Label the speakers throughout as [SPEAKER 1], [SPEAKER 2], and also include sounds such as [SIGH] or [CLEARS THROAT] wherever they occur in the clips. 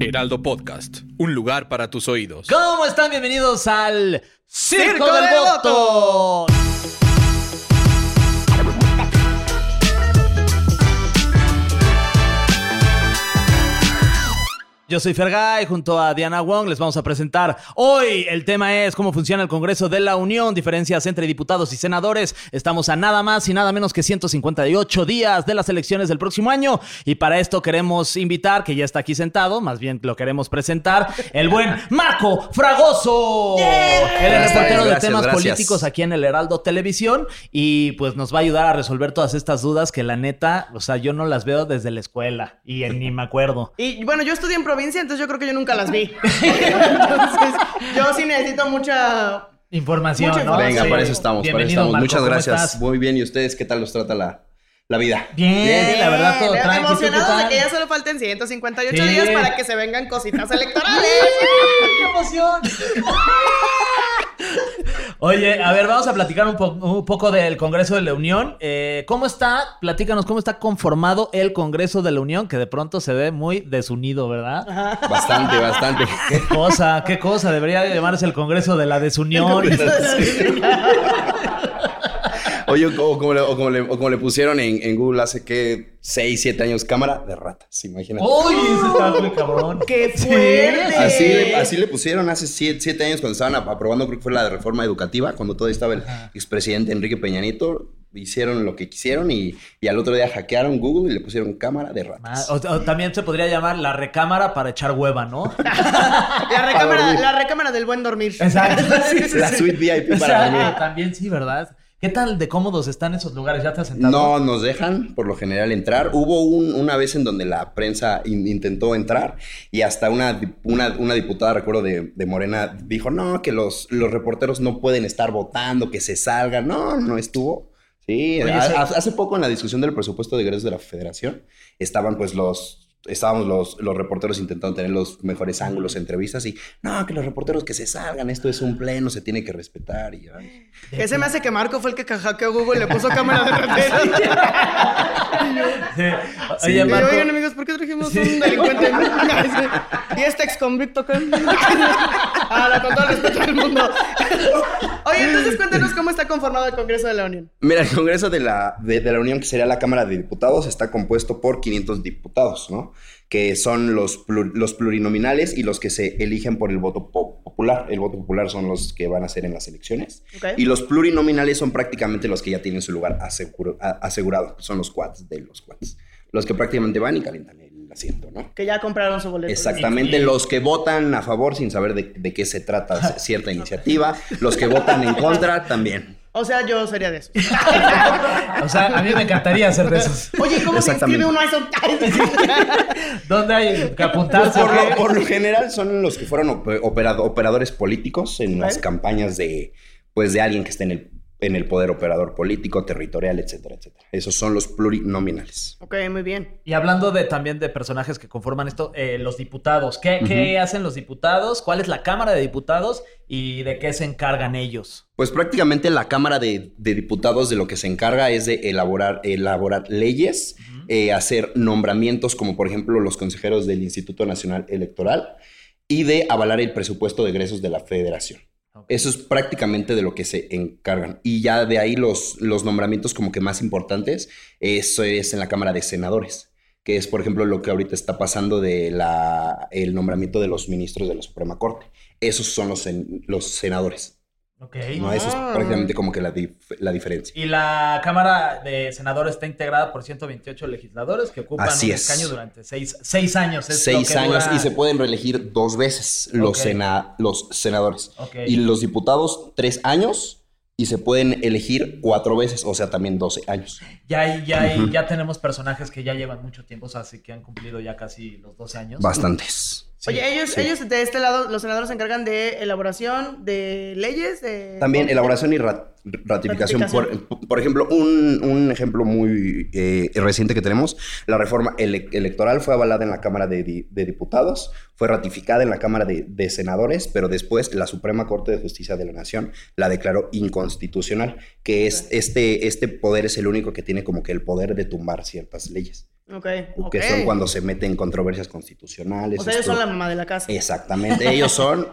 [SPEAKER 1] Heraldo Podcast, un lugar para tus oídos.
[SPEAKER 2] ¿Cómo están? Bienvenidos al Circo,
[SPEAKER 3] ¡Circo
[SPEAKER 2] del,
[SPEAKER 3] del
[SPEAKER 2] Voto. Yo soy Fergay, junto a Diana Wong les vamos a presentar hoy. El tema es cómo funciona el Congreso de la Unión, diferencias entre diputados y senadores. Estamos a nada más y nada menos que 158 días de las elecciones del próximo año. Y para esto queremos invitar, que ya está aquí sentado, más bien lo queremos presentar, el buen Marco Fragoso. Él es
[SPEAKER 3] Buenas
[SPEAKER 2] reportero
[SPEAKER 3] tardes,
[SPEAKER 2] de
[SPEAKER 3] gracias,
[SPEAKER 2] temas
[SPEAKER 3] gracias.
[SPEAKER 2] políticos aquí en el Heraldo Televisión y pues nos va a ayudar a resolver todas estas dudas que la neta, o sea, yo no las veo desde la escuela y eh, ni me acuerdo.
[SPEAKER 3] Y bueno, yo estudié en provincia, entonces yo creo que yo nunca las vi. [LAUGHS] entonces, yo sí necesito mucha.
[SPEAKER 2] Información,
[SPEAKER 3] Mucha
[SPEAKER 2] ¿no?
[SPEAKER 3] información.
[SPEAKER 4] Venga,
[SPEAKER 3] Sí.
[SPEAKER 4] para eso estamos, para eso
[SPEAKER 2] Ah, Bienvenido,
[SPEAKER 4] estamos.
[SPEAKER 2] Marco,
[SPEAKER 4] Muchas
[SPEAKER 2] ¿cómo
[SPEAKER 4] gracias.
[SPEAKER 2] estás?
[SPEAKER 4] Muy bien, ¿y ustedes qué tal los trata la, la vida?
[SPEAKER 2] Bien, la verdad, todo
[SPEAKER 3] Bien,
[SPEAKER 2] tranqui. ¿Tú qué
[SPEAKER 3] eh, Emocionados de
[SPEAKER 2] tal?
[SPEAKER 3] que ya solo falten 158
[SPEAKER 2] Sí.
[SPEAKER 3] días para que se vengan cositas electorales.
[SPEAKER 2] [LAUGHS] ¡Qué emoción! [LAUGHS] Oye, a ver, vamos a platicar un, po- un poco del Congreso de la Unión. Eh, ¿Cómo está? Platícanos, ¿cómo está conformado el Congreso de la Unión? Que de pronto se ve muy desunido, ¿verdad? [LAUGHS]
[SPEAKER 4] Bastante, bastante.
[SPEAKER 2] ¿Qué cosa? ¿Qué cosa? Debería de llamarse el Congreso de la Desunión.
[SPEAKER 3] [LAUGHS]
[SPEAKER 4] Oye, o como, o como le, o como le- o como le pusieron en, en Google hace que 6, 7 años, cámara de ratas,
[SPEAKER 2] [LAUGHS]
[SPEAKER 4] imagínate.
[SPEAKER 2] ¡Uy! Eso está muy cabrón.
[SPEAKER 3] ¡Qué
[SPEAKER 2] Sí.
[SPEAKER 3] fuerte!
[SPEAKER 4] Así le, así le pusieron hace 7 años cuando estaban ap- aprobando, creo que fue la de reforma educativa, cuando todavía estaba el expresidente Enrique Peñanito. Hicieron lo que quisieron y, y al otro día hackearon Google y le pusieron cámara de
[SPEAKER 2] Ma-
[SPEAKER 4] ratas.
[SPEAKER 2] O, o también se podría llamar la recámara para echar hueva, ¿no?
[SPEAKER 3] La recámara,
[SPEAKER 4] dormir.
[SPEAKER 3] la recámara del buen dormir.
[SPEAKER 2] [LAUGHS] Exacto.
[SPEAKER 4] La
[SPEAKER 2] [LAUGHS]
[SPEAKER 4] suite VIP para
[SPEAKER 2] Exacto,
[SPEAKER 4] dormir.
[SPEAKER 2] También sí, ¿verdad? ¿Qué tal de cómodos están esos lugares? ¿Ya te has sentado?
[SPEAKER 4] No nos dejan por lo general entrar. Hubo un- una vez en donde la prensa in- intentó entrar y hasta una, di- una, una diputada, recuerdo, de, de Morena dijo, no, que los, los reporteros no pueden estar votando, que se salgan. No, no estuvo. Sí,
[SPEAKER 2] Oye,
[SPEAKER 4] ha-
[SPEAKER 2] ese-
[SPEAKER 4] ha- hace poco en la discusión del presupuesto de ingresos de la federación estaban pues los... Estábamos los, los reporteros intentando tener los mejores ángulos, entrevistas y no, que los reporteros que se salgan, esto es un pleno, se tiene que respetar. Y, ay.
[SPEAKER 3] Que se me hace que Marco fue el que hackeó Google y le
[SPEAKER 2] [LAUGHS]
[SPEAKER 3] puso cámara de ratas.
[SPEAKER 2] Sí. Oye,
[SPEAKER 3] Y
[SPEAKER 2] Marco.
[SPEAKER 3] oigan, amigos, ¿por qué trajimos
[SPEAKER 2] Sí.
[SPEAKER 3] un delincuente? [LAUGHS] y este exconvicto con. [LAUGHS] Ahora, con todo el respeto del mundo. [LAUGHS] Oye, entonces cuéntanos cómo está conformado el Congreso de la Unión.
[SPEAKER 4] Mira, el Congreso de la, de, de la Unión, que sería la Cámara de Diputados, está compuesto por 500 diputados, ¿no? Que son los, plur- los plurinominales y los que se eligen por el voto po- popular. El voto popular son los que van a ser en las elecciones.
[SPEAKER 3] Ok.
[SPEAKER 4] Y los plurinominales son prácticamente los que ya tienen su lugar aseguro- a- asegurado. Son los quads de los quads. Los que prácticamente van y calientan el asiento, ¿no?
[SPEAKER 3] Que ya compraron su boleto.
[SPEAKER 4] Exactamente, los que votan a favor sin saber de, de qué se trata cierta iniciativa, los que votan en contra también.
[SPEAKER 3] O sea, yo sería de eso.
[SPEAKER 2] O sea, a mí me encantaría hacer de esos.
[SPEAKER 3] Oye, ¿cómo se inscribe
[SPEAKER 4] Exactamente.
[SPEAKER 3] uno a eso?
[SPEAKER 2] ¿Dónde hay que apuntarse?
[SPEAKER 4] Por
[SPEAKER 2] ¿Qué?
[SPEAKER 4] lo, por lo general son los que fueron op- operado- operadores políticos en las
[SPEAKER 3] Ok.
[SPEAKER 4] campañas de, pues, de alguien que esté en el, en el poder operador político, territorial, etcétera, etcétera. Esos son los plurinominales.
[SPEAKER 3] ok, muy bien.
[SPEAKER 2] Y hablando de también de personajes que conforman esto, eh, los diputados. ¿Qué, qué hacen los diputados? ¿Cuál es la Cámara de Diputados? ¿Y de qué se encargan ellos?
[SPEAKER 4] Pues prácticamente la Cámara de, de Diputados de lo que se encarga es de elaborar, elaborar leyes, eh, hacer nombramientos como por ejemplo los consejeros del Instituto Nacional Electoral y de avalar el presupuesto de egresos de la federación. Eso es prácticamente de lo que se encargan. Y ya de ahí los, los nombramientos como que más importantes, eso es en la Cámara de Senadores, que es por ejemplo lo que ahorita está pasando de la, el nombramiento de los ministros de la Suprema Corte. Esos son los, sen- los senadores.
[SPEAKER 2] Ok.
[SPEAKER 4] ¿no? Eso es
[SPEAKER 3] Ah.
[SPEAKER 4] prácticamente como que la, dif- la diferencia.
[SPEAKER 2] Y la Cámara de Senadores está integrada por 128 legisladores que ocupan
[SPEAKER 4] Así
[SPEAKER 2] un
[SPEAKER 4] es.
[SPEAKER 2] escaño durante seis, seis años. pues es lo
[SPEAKER 4] Seis
[SPEAKER 2] que
[SPEAKER 4] años
[SPEAKER 2] dura-
[SPEAKER 4] y se pueden reelegir dos veces los,
[SPEAKER 2] Ok.
[SPEAKER 4] sena- los senadores.
[SPEAKER 2] Ok.
[SPEAKER 4] Y los diputados, tres años. y se pueden elegir cuatro veces, o sea, también 12 años.
[SPEAKER 2] Ya, hay- ya, hay- ya tenemos personajes que ya llevan mucho tiempo, o sea, sí que han cumplido ya casi los 12 años.
[SPEAKER 4] Bastantes.
[SPEAKER 2] Sí.
[SPEAKER 3] Oye, ellos, ellos de este lado, los senadores se encargan de elaboración de leyes, de...
[SPEAKER 4] También elaboración y ra- ratificación.
[SPEAKER 3] Ratificación.
[SPEAKER 4] Por, por ejemplo, un, un ejemplo muy eh, reciente que tenemos, la reforma ele- electoral fue avalada en la Cámara de, Di- de Diputados, fue ratificada en la Cámara de, de Senadores, pero después la Suprema Corte de Justicia de la Nación la declaró inconstitucional, que es este, este poder es el único que tiene como que el poder de tumbar ciertas leyes,
[SPEAKER 3] Ok, ok.
[SPEAKER 4] que son cuando se meten controversias constitucionales.
[SPEAKER 3] O sea, ellos
[SPEAKER 4] esto-
[SPEAKER 3] son la mamá de la casa.
[SPEAKER 4] Exactamente, ellos son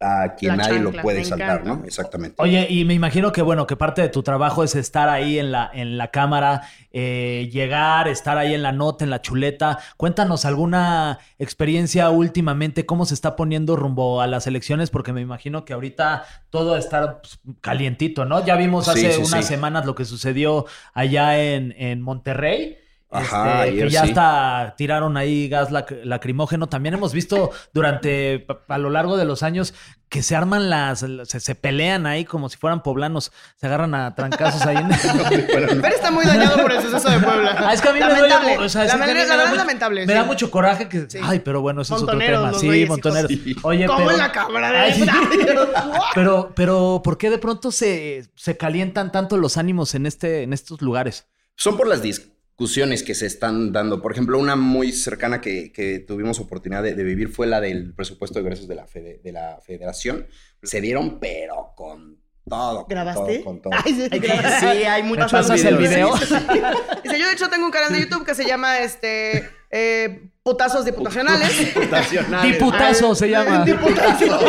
[SPEAKER 4] a quien
[SPEAKER 3] La
[SPEAKER 4] nadie
[SPEAKER 3] chancla,
[SPEAKER 4] lo puede
[SPEAKER 3] me
[SPEAKER 4] saltar,
[SPEAKER 3] encanta.
[SPEAKER 4] ¿no? Exactamente.
[SPEAKER 2] Oye, y me imagino que bueno, que parte de tu trabajo es estar ahí en la, en la cámara, eh, llegar, estar ahí en la nota, en la chuleta. Cuéntanos alguna experiencia últimamente, cómo se está poniendo rumbo a las elecciones, porque me imagino que ahorita todo está pues, calientito, ¿no? Ya vimos
[SPEAKER 4] Sí,
[SPEAKER 2] hace
[SPEAKER 4] sí,
[SPEAKER 2] unas
[SPEAKER 4] sí.
[SPEAKER 2] semanas lo que sucedió allá en, en Monterrey.
[SPEAKER 4] Ajá,
[SPEAKER 2] este, que
[SPEAKER 4] ayer
[SPEAKER 2] ya
[SPEAKER 4] sí.
[SPEAKER 2] hasta tiraron ahí gas lac- lacrimógeno. También hemos visto durante, pa- a lo largo de los años, que se arman las, se, se pelean ahí como si fueran poblanos, se agarran a trancazos
[SPEAKER 3] [LAUGHS]
[SPEAKER 2] ahí. en-
[SPEAKER 3] Pero está muy dañado por el suceso de Puebla.
[SPEAKER 2] [LAUGHS] Ah, es que a mí me
[SPEAKER 3] lamentable.
[SPEAKER 2] duele, mu- o sea, es que a
[SPEAKER 3] la
[SPEAKER 2] mí
[SPEAKER 3] manera-
[SPEAKER 2] me
[SPEAKER 3] la
[SPEAKER 2] da
[SPEAKER 3] verdad
[SPEAKER 2] mucho- [LAUGHS]
[SPEAKER 3] lamentable.
[SPEAKER 2] Me
[SPEAKER 3] sí.
[SPEAKER 2] da mucho coraje que,
[SPEAKER 3] Sí.
[SPEAKER 2] ay, pero bueno, ese es otro
[SPEAKER 3] Montoneros,
[SPEAKER 2] tema.
[SPEAKER 3] los
[SPEAKER 2] Sí,
[SPEAKER 3] güeyes,
[SPEAKER 2] montoneros.
[SPEAKER 4] hijos.
[SPEAKER 2] Oye,
[SPEAKER 3] ¿Cómo
[SPEAKER 2] pero,
[SPEAKER 3] en la cámara de
[SPEAKER 2] Ay, sí. [LAUGHS]
[SPEAKER 3] diputados?
[SPEAKER 2] pero, pero, ¿por qué de pronto se, se calientan tanto los ánimos en este, en estos lugares?
[SPEAKER 4] Son por las discusiones que se están dando. Por ejemplo, una muy cercana que, que tuvimos oportunidad de, de vivir fue la del presupuesto de egresos de la, fede- de la federación. Se dieron, pero con todo. con
[SPEAKER 3] ¿Grabaste?
[SPEAKER 4] todo, Con todo.
[SPEAKER 3] [LAUGHS] Ay, sí, grabaste.
[SPEAKER 4] Sí, hay
[SPEAKER 2] ¿Me
[SPEAKER 4] muchos
[SPEAKER 2] pasas el video?
[SPEAKER 4] videos.
[SPEAKER 3] [LAUGHS] Dice, yo de hecho tengo un canal de YouTube que se llama este eh, putazos
[SPEAKER 4] [LAUGHS]
[SPEAKER 3] diputacionales.
[SPEAKER 4] Diputacionales.
[SPEAKER 2] Diputazo se llama.
[SPEAKER 3] [LAUGHS] Diputazos.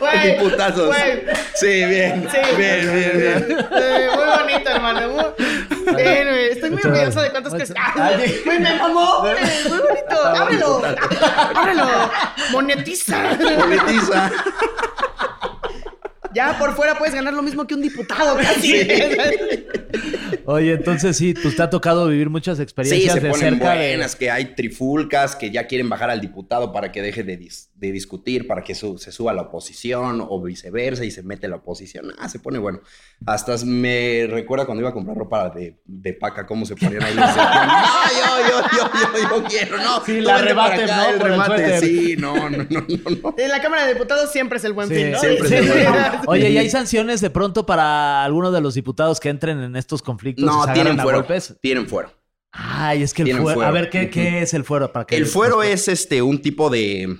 [SPEAKER 3] Güey,
[SPEAKER 4] Diputazos.
[SPEAKER 3] güey.
[SPEAKER 4] Sí, bien.
[SPEAKER 3] Sí.
[SPEAKER 4] Bien, bien,
[SPEAKER 3] [LAUGHS]
[SPEAKER 4] bien.
[SPEAKER 3] Eh, muy bonito, hermano. Muy- Bien, güey. estoy muy
[SPEAKER 2] Muchas
[SPEAKER 3] orgullosa de
[SPEAKER 2] gracias.
[SPEAKER 3] cuántos que.
[SPEAKER 2] Muchas-
[SPEAKER 3] ¡Ah! Güey, me mamó. güey, Muy bonito. Ábrelo. Ábrelo. Monetiza.
[SPEAKER 4] Monetiza.
[SPEAKER 3] Ya por fuera puedes ganar lo mismo que un
[SPEAKER 4] [LAUGHS]
[SPEAKER 3] diputado casi.
[SPEAKER 2] Oye, entonces sí, pues te ha tocado vivir muchas
[SPEAKER 4] Sí,
[SPEAKER 2] experiencias
[SPEAKER 4] se
[SPEAKER 2] de
[SPEAKER 4] ponen
[SPEAKER 2] cerca. de-
[SPEAKER 4] buenas, que hay trifulcas, que ya quieren bajar al diputado para que deje de, dis- de discutir, para que su- se suba la oposición o viceversa y se mete la oposición. Ah, se pone bueno. Hasta me recuerda cuando iba a comprar ropa de, de paca, cómo se ponían
[SPEAKER 2] [LAUGHS]
[SPEAKER 4] ahí los de- Ay, yo, yo, yo, yo, yo quiero, no.
[SPEAKER 2] Sí,
[SPEAKER 4] tú
[SPEAKER 2] la
[SPEAKER 4] vente para
[SPEAKER 2] rebaten,
[SPEAKER 4] acá,
[SPEAKER 2] ¿no?
[SPEAKER 4] El
[SPEAKER 2] Por el
[SPEAKER 4] remate,
[SPEAKER 2] suéter.
[SPEAKER 4] sí, no, no, no, no, no.
[SPEAKER 3] En la Cámara de Diputados siempre es el buen
[SPEAKER 2] Sí,
[SPEAKER 3] fin, ¿no?
[SPEAKER 4] siempre es el buen fin.
[SPEAKER 2] Oye, ¿y hay sanciones de pronto para algunos de los diputados que entren en estos conflictos? y se
[SPEAKER 4] No,
[SPEAKER 2] agarran
[SPEAKER 4] tienen
[SPEAKER 2] a
[SPEAKER 4] fuero.
[SPEAKER 2] golpes?
[SPEAKER 4] Tienen fuero.
[SPEAKER 2] Ay, es que el
[SPEAKER 4] Tienen
[SPEAKER 2] fuero. A
[SPEAKER 4] fuero.
[SPEAKER 2] ver, ¿qué, qué es el fuero? Para que
[SPEAKER 4] El fuero es este un tipo de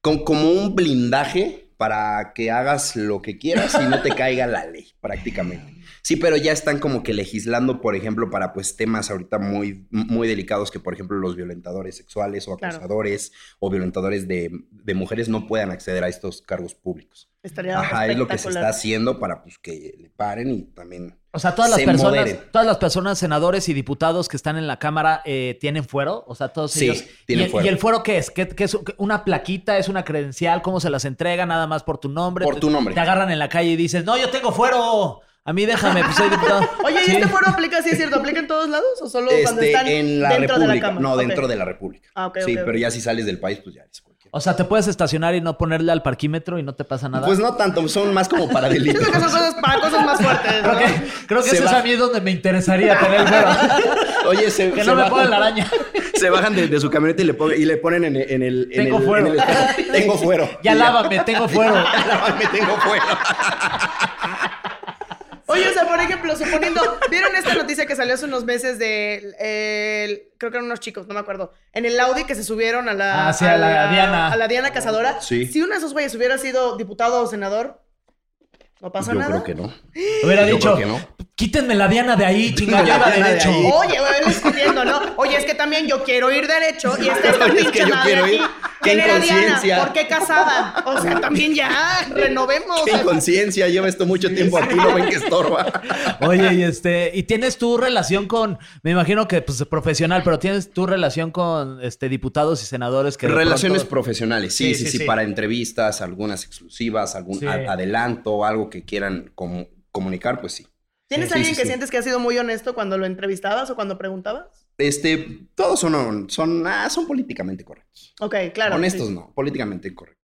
[SPEAKER 4] com- como un blindaje para que hagas lo que quieras y no
[SPEAKER 3] [LAUGHS]
[SPEAKER 4] te caiga la ley, prácticamente. Sí, pero ya están como que legislando, por ejemplo, para pues temas ahorita muy, muy delicados que, por ejemplo, los violentadores sexuales o
[SPEAKER 3] Claro.
[SPEAKER 4] acosadores o violentadores de, de mujeres no puedan acceder a estos cargos públicos.
[SPEAKER 3] [LAUGHS] Estaría
[SPEAKER 4] Ajá, es lo que se está
[SPEAKER 3] espectacular.
[SPEAKER 4] haciendo para pues que le paren y también...
[SPEAKER 2] O sea, todas las
[SPEAKER 4] se
[SPEAKER 2] personas,
[SPEAKER 4] moderen.
[SPEAKER 2] todas las personas, senadores y diputados que están en la Cámara eh, tienen fuero. O sea, todos
[SPEAKER 4] Sí,
[SPEAKER 2] ellos.
[SPEAKER 4] tienen
[SPEAKER 2] ¿Y,
[SPEAKER 4] fuero.
[SPEAKER 2] ¿Y el fuero qué es? ¿Qué, qué es? ¿Una plaquita? ¿Es una credencial? ¿Cómo se las entrega? Nada más por tu nombre.
[SPEAKER 4] Por
[SPEAKER 2] Te-
[SPEAKER 4] tu nombre.
[SPEAKER 2] Te agarran en la calle y dices, no, yo tengo fuero. A mí déjame, pues soy
[SPEAKER 4] [LAUGHS]
[SPEAKER 2] diputado.
[SPEAKER 3] Oye, ¿y
[SPEAKER 2] Sí.
[SPEAKER 3] este foro aplica, sí es cierto, aplica en todos lados o solo cuando
[SPEAKER 4] Este,
[SPEAKER 3] están
[SPEAKER 4] en la
[SPEAKER 3] dentro de la
[SPEAKER 4] República.
[SPEAKER 3] Cámara?
[SPEAKER 4] no,
[SPEAKER 3] Ok.
[SPEAKER 4] dentro de la República.
[SPEAKER 3] Ah, ok,
[SPEAKER 4] sí,
[SPEAKER 3] ok, ok.
[SPEAKER 4] pero ya si sales del país, pues ya eres cualquier.
[SPEAKER 2] O sea, te puedes estacionar y no ponerle al parquímetro y no te pasa nada.
[SPEAKER 4] Pues no tanto, son más como
[SPEAKER 2] [LAUGHS]
[SPEAKER 4] para delitos.
[SPEAKER 3] Siento que son cosas para cosas más fuertes, ¿no?
[SPEAKER 2] creo que, creo que
[SPEAKER 4] Se
[SPEAKER 2] eso es
[SPEAKER 4] va.
[SPEAKER 2] a mí donde me interesaría tener fuero.
[SPEAKER 4] [LAUGHS] Oye, se,
[SPEAKER 2] que
[SPEAKER 4] se
[SPEAKER 2] no me
[SPEAKER 4] bajan-
[SPEAKER 2] pongan la araña.
[SPEAKER 4] Se bajan de, de su camioneta y le, ponen, y le ponen en, en el. en
[SPEAKER 2] Tengo
[SPEAKER 4] el-
[SPEAKER 2] fuero.
[SPEAKER 4] en
[SPEAKER 2] [LAUGHS]
[SPEAKER 4] el espejo. tengo fuero.
[SPEAKER 2] Ya
[SPEAKER 4] Y
[SPEAKER 2] lávame, tengo
[SPEAKER 4] [LAUGHS]
[SPEAKER 2] fuero.
[SPEAKER 4] Ya lávame, tengo fuero.
[SPEAKER 3] Oye, o sea, por ejemplo, suponiendo, ¿vieron esta noticia que salió hace unos meses de, eh, creo que eran unos chicos, no me acuerdo, en el Audi que se subieron a la...
[SPEAKER 2] Ah, sí, a la Diana.
[SPEAKER 3] A la Diana Cazadora.
[SPEAKER 4] Sí.
[SPEAKER 3] Si uno de esos güeyes hubiera sido diputado o senador, no pasa
[SPEAKER 4] Yo
[SPEAKER 3] nada.
[SPEAKER 4] creo que no.
[SPEAKER 2] Hubiera
[SPEAKER 4] Yo
[SPEAKER 2] dicho,
[SPEAKER 4] creo que no.
[SPEAKER 2] quítenme la diana de ahí, chinga, yo iba
[SPEAKER 4] Diana de
[SPEAKER 2] derecho.
[SPEAKER 4] ahí.
[SPEAKER 3] Oye, güey, él escribiendo, ¿no? Oye, es que también yo quiero ir derecho y esta, esta
[SPEAKER 4] Oye, [LAUGHS] es
[SPEAKER 3] pinche
[SPEAKER 4] que yo
[SPEAKER 3] madre
[SPEAKER 4] quiero ir.
[SPEAKER 3] aquí.
[SPEAKER 4] Qué
[SPEAKER 3] ¿Quién era Diana?
[SPEAKER 4] inconsciencia.
[SPEAKER 3] ¿Por qué casada? O sea, también
[SPEAKER 4] [LAUGHS]
[SPEAKER 3] ya, renovemos.
[SPEAKER 4] Qué inconsciencia, lleva esto mucho tiempo aquí, no ven
[SPEAKER 2] [LAUGHS]
[SPEAKER 4] que estorba.
[SPEAKER 2] Oye, y este, y tienes tu relación con, me imagino que pues profesional, pero tienes tu relación con este diputados y senadores que de
[SPEAKER 4] Relaciones
[SPEAKER 2] pronto-
[SPEAKER 4] profesionales,
[SPEAKER 2] Sí,
[SPEAKER 4] sí sí, sí,
[SPEAKER 2] sí, sí.
[SPEAKER 4] para entrevistas, algunas exclusivas, algún
[SPEAKER 2] Sí.
[SPEAKER 4] a- adelanto, algo que quieran com- comunicar, pues sí.
[SPEAKER 3] ¿Tienes
[SPEAKER 4] Sí,
[SPEAKER 3] alguien
[SPEAKER 4] sí,
[SPEAKER 3] que
[SPEAKER 4] sí.
[SPEAKER 3] sientes que ha sido muy honesto cuando lo entrevistabas o cuando preguntabas?
[SPEAKER 4] Este, todos son, son, ah, son políticamente correctos.
[SPEAKER 3] Ok, claro.
[SPEAKER 4] Honestos
[SPEAKER 3] sí.
[SPEAKER 4] no, políticamente correctos.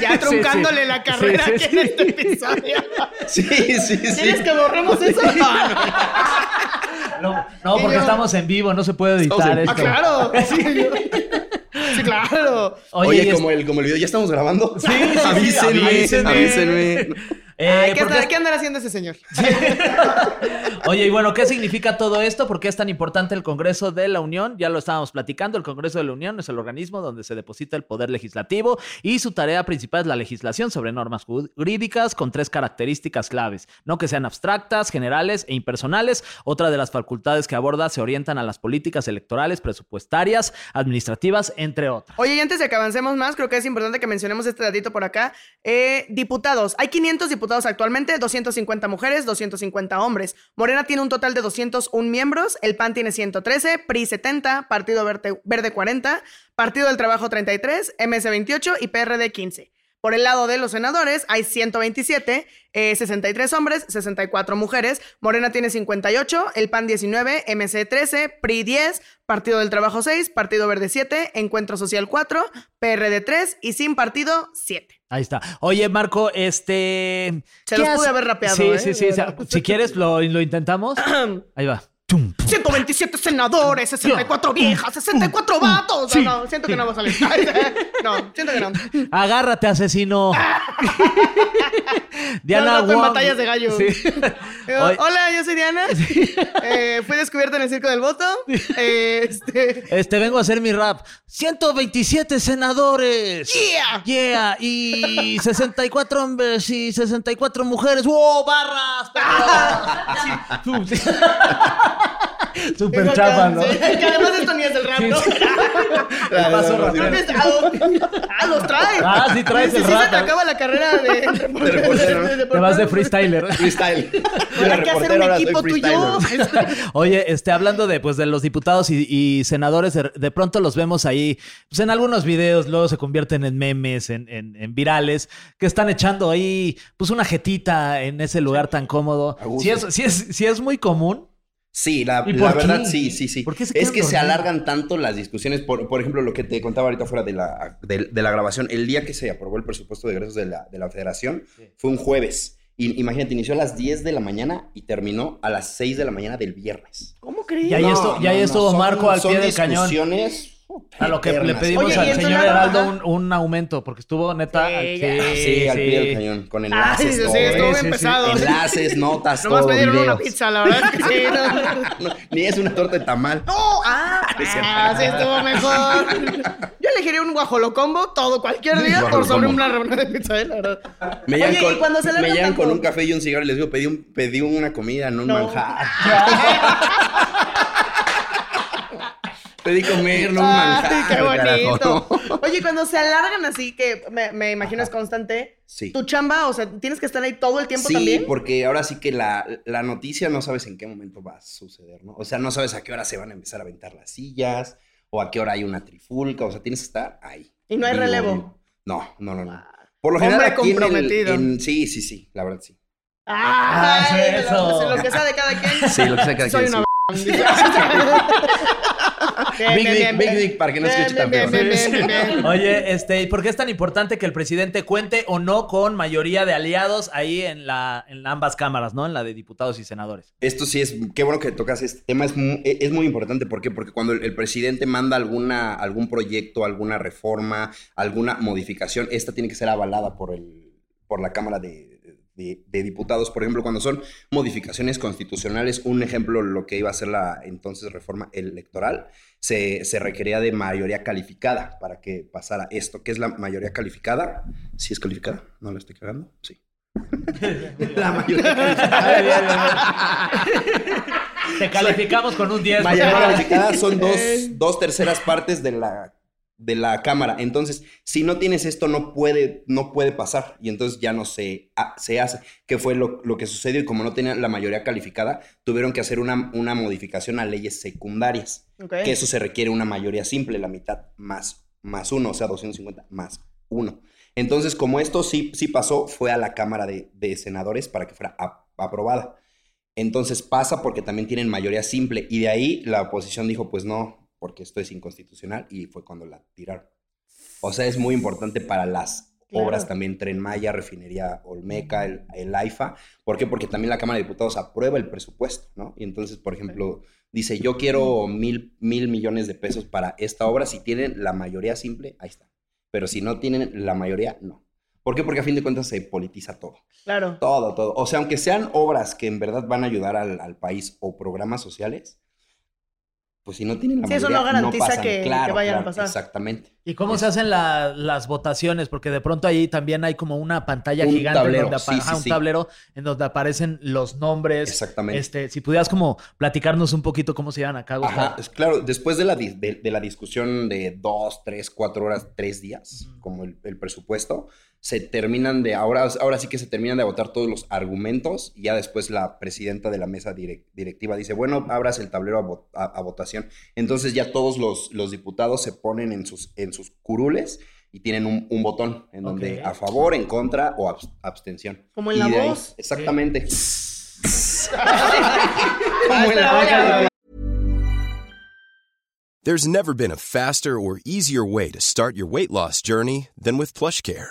[SPEAKER 3] Ya truncándole la carrera
[SPEAKER 2] Sí, sí,
[SPEAKER 3] aquí en este episodio.
[SPEAKER 4] [LAUGHS] Sí, sí, [LAUGHS] sí. Ah,
[SPEAKER 3] ¿Quieres que borremos
[SPEAKER 4] [LAUGHS]
[SPEAKER 3] eso? Ah, No, no.
[SPEAKER 2] No, no, porque
[SPEAKER 3] yo-
[SPEAKER 2] estamos en vivo, no se puede editar
[SPEAKER 3] Ah,
[SPEAKER 2] esto.
[SPEAKER 4] [LAUGHS]
[SPEAKER 3] claro. Sí, sí, claro.
[SPEAKER 4] Oye,
[SPEAKER 2] y es- eh,
[SPEAKER 4] como, el, como el video, ¿ya estamos grabando?
[SPEAKER 2] Sí, sí, sí,
[SPEAKER 4] avísenme,
[SPEAKER 2] avísenme.
[SPEAKER 4] avísenme.
[SPEAKER 2] Eh,
[SPEAKER 3] Ay, ¿qué,
[SPEAKER 2] porque
[SPEAKER 3] andar,
[SPEAKER 2] es-
[SPEAKER 3] qué andará haciendo ese señor?
[SPEAKER 2] Oye, y bueno, ¿qué significa todo esto? ¿Por qué es tan importante el Congreso de la Unión? Ya lo estábamos platicando. El Congreso de la Unión es el organismo donde se deposita el poder legislativo y su tarea principal es la legislación sobre normas jurídicas con tres características claves, no que sean abstractas, generales e impersonales. Otra de las facultades que aborda se orientan a las políticas electorales, presupuestarias, administrativas, entre otras.
[SPEAKER 3] Oye, y antes de que avancemos más, creo que es importante que mencionemos este datito por acá. Eh, diputados. Hay 500 diputados actualmente, 250 mujeres, 250 hombres. Morena tiene un total de 201 miembros, el PAN tiene 113, PRI 70, Partido Verde, Verde 40, Partido del Trabajo 33, MS 28 y PRD 15. Por el lado de los senadores hay 127, eh, 63 hombres, 64 mujeres. Morena tiene 58, el PAN 19, MC 13, PRI 10, Partido del Trabajo 6, Partido Verde 7, Encuentro Social 4, PRD 3 y Sin Partido 7.
[SPEAKER 2] Ahí está. Oye, Marco, este.
[SPEAKER 3] Se
[SPEAKER 2] ¿qué
[SPEAKER 3] los pude
[SPEAKER 2] has-
[SPEAKER 3] haber rapeado,
[SPEAKER 2] Sí,
[SPEAKER 3] ¿eh?
[SPEAKER 2] sí, sí. o sea, si quieres, lo, lo
[SPEAKER 3] [CLEARS THROAT]
[SPEAKER 2] intentamos. Ahí va. Tum, pum.
[SPEAKER 3] 127 senadores,
[SPEAKER 2] Uh,
[SPEAKER 3] 64 viejas, 64 vatos. No, no, siento que no va a salir. No, siento
[SPEAKER 2] [LAUGHS]
[SPEAKER 3] que no.
[SPEAKER 2] Agárrate,
[SPEAKER 3] [LAUGHS]
[SPEAKER 2] asesino. Diana
[SPEAKER 3] Todo el rato en
[SPEAKER 2] Wong.
[SPEAKER 3] batallas de gallos.
[SPEAKER 2] Sí.
[SPEAKER 3] [LAUGHS] Eh,
[SPEAKER 2] Oye.
[SPEAKER 3] Hola, yo soy Diana.
[SPEAKER 2] [LAUGHS]
[SPEAKER 3] Eh, fui descubierta en el circo del voto. Eh, este,
[SPEAKER 2] Este, vengo a hacer mi rap. 127 senadores.
[SPEAKER 3] Yeah.
[SPEAKER 2] Yeah.
[SPEAKER 3] [LAUGHS]
[SPEAKER 2] Y 64 hombres y 64 mujeres. ¡Wow!
[SPEAKER 3] [LAUGHS]
[SPEAKER 2] ¡Barras! perro! [LAUGHS] Sí. Super
[SPEAKER 3] Digo,
[SPEAKER 2] chapa,
[SPEAKER 3] que-
[SPEAKER 2] ¿no?
[SPEAKER 3] sí, que además esto ni es del rap, ¿no? Entonces, a los- Ah, los traes.
[SPEAKER 2] Ah, sí traes
[SPEAKER 3] Sí,
[SPEAKER 2] el
[SPEAKER 3] sí,
[SPEAKER 2] rap,
[SPEAKER 3] se te
[SPEAKER 2] ¿eh?
[SPEAKER 3] acaba la carrera [LAUGHS] de reportero.
[SPEAKER 4] reportero, ¿no?
[SPEAKER 2] Te vas de freestyler. [LAUGHS]
[SPEAKER 4] Freestyle. Yo
[SPEAKER 3] Habrá
[SPEAKER 4] era
[SPEAKER 3] que hacer
[SPEAKER 4] reportero,
[SPEAKER 3] un
[SPEAKER 4] ahora soy
[SPEAKER 3] equipo tú y yo. [LAUGHS]
[SPEAKER 4] freestyler.
[SPEAKER 2] Oye, este, hablando de, pues, de los diputados y, y senadores, de, de pronto los vemos ahí, pues, en algunos videos, luego se convierten en memes, en, en- en virales, que están echando ahí, pues, una jetita en ese lugar tan cómodo.
[SPEAKER 4] A gusto.
[SPEAKER 2] Si es, sí es, sí es muy común.
[SPEAKER 4] Sí, la,
[SPEAKER 2] ¿Y
[SPEAKER 4] la
[SPEAKER 2] por qué?
[SPEAKER 4] verdad, sí, sí, sí.
[SPEAKER 2] ¿Por qué se
[SPEAKER 4] es
[SPEAKER 2] quedan
[SPEAKER 4] que se
[SPEAKER 2] dormidos?
[SPEAKER 4] alargan tanto las discusiones. Por, por ejemplo, lo que te contaba ahorita fuera de la, de, de la grabación, el día que se aprobó el presupuesto de egresos de la, de la federación fue un jueves. Y, imagínate, inició a las 10 de la mañana y terminó a las 6 de la mañana del viernes.
[SPEAKER 3] ¿Cómo crees?
[SPEAKER 2] Y ahí,
[SPEAKER 4] No,
[SPEAKER 2] estu- y ahí
[SPEAKER 4] no, no,
[SPEAKER 2] estuvo
[SPEAKER 4] son-
[SPEAKER 2] Marco al
[SPEAKER 4] son
[SPEAKER 2] pie del cañón.
[SPEAKER 4] discusiones, puta,
[SPEAKER 2] A lo que le
[SPEAKER 4] eternas.
[SPEAKER 2] pedimos
[SPEAKER 3] Oye, y
[SPEAKER 2] al
[SPEAKER 3] en tu
[SPEAKER 2] señor
[SPEAKER 3] lado,
[SPEAKER 2] Heraldo
[SPEAKER 3] ajá.
[SPEAKER 2] un, un aumento, porque estuvo neta.
[SPEAKER 3] Sí,
[SPEAKER 2] al-
[SPEAKER 3] ya.
[SPEAKER 4] Ah, sí, al pie del cañón, con
[SPEAKER 3] Ah, sí,
[SPEAKER 4] enlaces,
[SPEAKER 3] sí,
[SPEAKER 4] todo,
[SPEAKER 3] sí, estuvo
[SPEAKER 4] ¿eh?
[SPEAKER 3] bien
[SPEAKER 2] sí, sí.
[SPEAKER 3] pesado.
[SPEAKER 4] Enlaces,
[SPEAKER 3] [LAUGHS]
[SPEAKER 4] notas,
[SPEAKER 3] Nomás
[SPEAKER 4] todo,
[SPEAKER 3] me dieron una
[SPEAKER 4] videos. [LAUGHS] Ah,
[SPEAKER 3] pizza, la verdad es que sí. No,
[SPEAKER 4] No, ni es una torta de tamal.
[SPEAKER 3] ¡No! ah, ah, sí estuvo mejor. Yo elegiría un guajolocombo todo cualquier día por
[SPEAKER 4] Guajolocombo.
[SPEAKER 3] sobre una rebanada de pizza, eh, la verdad.
[SPEAKER 4] Me
[SPEAKER 3] Oye,
[SPEAKER 4] llegan,
[SPEAKER 3] y
[SPEAKER 4] con,
[SPEAKER 3] cuando se
[SPEAKER 4] me
[SPEAKER 3] alarga
[SPEAKER 4] llegan
[SPEAKER 3] tanto-
[SPEAKER 4] con un café y un cigarro y les digo, pedí, un, pedí una comida, no un
[SPEAKER 3] No.
[SPEAKER 4] manjar.
[SPEAKER 3] [LAUGHS]
[SPEAKER 4] [LAUGHS] pedí comer, no un manjar.
[SPEAKER 3] Ay, Ah, qué
[SPEAKER 4] carajo,
[SPEAKER 3] bonito.
[SPEAKER 4] ¿no?
[SPEAKER 3] Oye, cuando se alargan así, que me, me imagino es constante,
[SPEAKER 4] [LAUGHS] Sí.
[SPEAKER 3] tu chamba, o sea, tienes que estar ahí todo el tiempo
[SPEAKER 4] Sí,
[SPEAKER 3] también.
[SPEAKER 4] porque ahora sí que la, la noticia no sabes en qué momento va a suceder, ¿no? O sea, no sabes a qué hora se van a empezar a aventar las sillas o a qué hora hay una trifulca, o sea, tienes que estar ahí.
[SPEAKER 3] Y no hay
[SPEAKER 4] Vivo,
[SPEAKER 3] relevo. Ah.
[SPEAKER 4] vivo. No, no, no, no. Por lo general,
[SPEAKER 3] Hombre
[SPEAKER 4] aquí en el-
[SPEAKER 3] comprometido.
[SPEAKER 4] en- sí, sí, sí, la verdad, sí.
[SPEAKER 3] Ay,
[SPEAKER 2] Ah, es eso.
[SPEAKER 3] Lo, lo que sea de cada
[SPEAKER 4] [LAUGHS]
[SPEAKER 3] quien.
[SPEAKER 4] Sí, lo que sea de cada
[SPEAKER 3] Soy
[SPEAKER 4] quien,
[SPEAKER 3] una [LAUGHS] Bien, bien,
[SPEAKER 4] Big Dick,
[SPEAKER 3] bien,
[SPEAKER 4] Big
[SPEAKER 3] bien.
[SPEAKER 4] Dick, para que no
[SPEAKER 3] Bien,
[SPEAKER 4] escuche tan
[SPEAKER 3] bien,
[SPEAKER 4] feo.
[SPEAKER 3] bien, bien, bien, bien.
[SPEAKER 2] Oye, este, ¿y por qué es tan importante que el presidente cuente o no con mayoría de aliados ahí en la en ambas cámaras, ¿no? En la de diputados y senadores.
[SPEAKER 4] Esto sí es, qué bueno que tocas este tema, es muy, es muy importante, ¿por qué? Porque cuando el, el presidente manda alguna, algún proyecto, alguna reforma, alguna modificación, esta tiene que ser avalada por, el, por la Cámara de, de- de Diputados. Por ejemplo, cuando son modificaciones constitucionales, un ejemplo, lo que iba a ser la entonces reforma electoral, se, se requería de mayoría calificada para que pasara esto. ¿Qué es la mayoría calificada? Sí es calificada, no la estoy cagando, sí. [LAUGHS] la mayoría calificada.
[SPEAKER 2] Te calificamos con un 10.
[SPEAKER 4] Mayoría
[SPEAKER 2] porque-
[SPEAKER 4] calificada son dos, dos terceras partes de la, de la cámara. Entonces, si no tienes esto, no puede, no puede pasar. Y entonces ya no se, ha- se hace. Que fue lo, lo que sucedió. Y como no tenían la mayoría calificada, tuvieron que hacer una, una modificación a leyes secundarias.
[SPEAKER 3] Ok.
[SPEAKER 4] Que eso se requiere una mayoría simple, la mitad más, más uno, o sea, 250 más uno. Entonces, como esto sí, sí pasó, fue a la Cámara de, de Senadores para que fuera a- aprobada. Entonces pasa porque también tienen mayoría simple y de ahí la oposición dijo, pues no, porque esto es inconstitucional y fue cuando la tiraron. O sea, es muy importante para las
[SPEAKER 3] Claro.
[SPEAKER 4] obras también Tren Maya, Refinería Olmeca, el, el AIFA. ¿Por qué? Porque también la Cámara de Diputados aprueba el presupuesto, ¿no? Y entonces, por ejemplo, dice, yo quiero mil, mil millones de pesos para esta obra. Si tienen la mayoría simple, ahí está. Pero si no tienen la mayoría, no. ¿Por qué? Porque a fin de cuentas se politiza todo.
[SPEAKER 3] Claro.
[SPEAKER 4] Todo, todo. O sea, aunque sean obras que en verdad van a ayudar al, al país o programas sociales, pues si no tienen la
[SPEAKER 3] Sí, eso no
[SPEAKER 4] mayoría,
[SPEAKER 3] garantiza
[SPEAKER 4] pasan.
[SPEAKER 3] que- que
[SPEAKER 4] Claro,
[SPEAKER 3] vayan a
[SPEAKER 4] claro,
[SPEAKER 3] pasar.
[SPEAKER 4] Exactamente.
[SPEAKER 2] ¿Y cómo se hacen la- las votaciones? Porque de pronto ahí también hay como una pantalla
[SPEAKER 4] Un
[SPEAKER 2] gigante, en
[SPEAKER 4] tablero,
[SPEAKER 2] donde
[SPEAKER 4] sí, sí,
[SPEAKER 2] ajá, un
[SPEAKER 4] sí.
[SPEAKER 2] tablero en donde aparecen los nombres.
[SPEAKER 4] Exactamente.
[SPEAKER 2] Este, si pudieras como platicarnos un poquito cómo se llevan a cabo.
[SPEAKER 4] Ajá, es claro, después de la, dis- de, de la discusión de dos, tres, cuatro horas, tres días, como el, el presupuesto, se terminan de, ahora, ahora sí que se terminan de agotar todos los argumentos y ya después la presidenta de la mesa direc- directiva dice, bueno, abras el tablero a, vo- a- a votación. Entonces ya todos los, los diputados se ponen en sus, en sus curules y tienen un, un botón en donde
[SPEAKER 2] Ok.
[SPEAKER 4] a favor, en contra o abs- abstención.
[SPEAKER 3] Como en La
[SPEAKER 4] Y de ahí-
[SPEAKER 3] Voz.
[SPEAKER 4] exactamente.
[SPEAKER 3] Ah,
[SPEAKER 4] [LAUGHS] Como en
[SPEAKER 3] espera,
[SPEAKER 4] La Voz.
[SPEAKER 3] voy a-
[SPEAKER 5] There's never been a faster or easier way to start your weight loss journey than with PlushCare.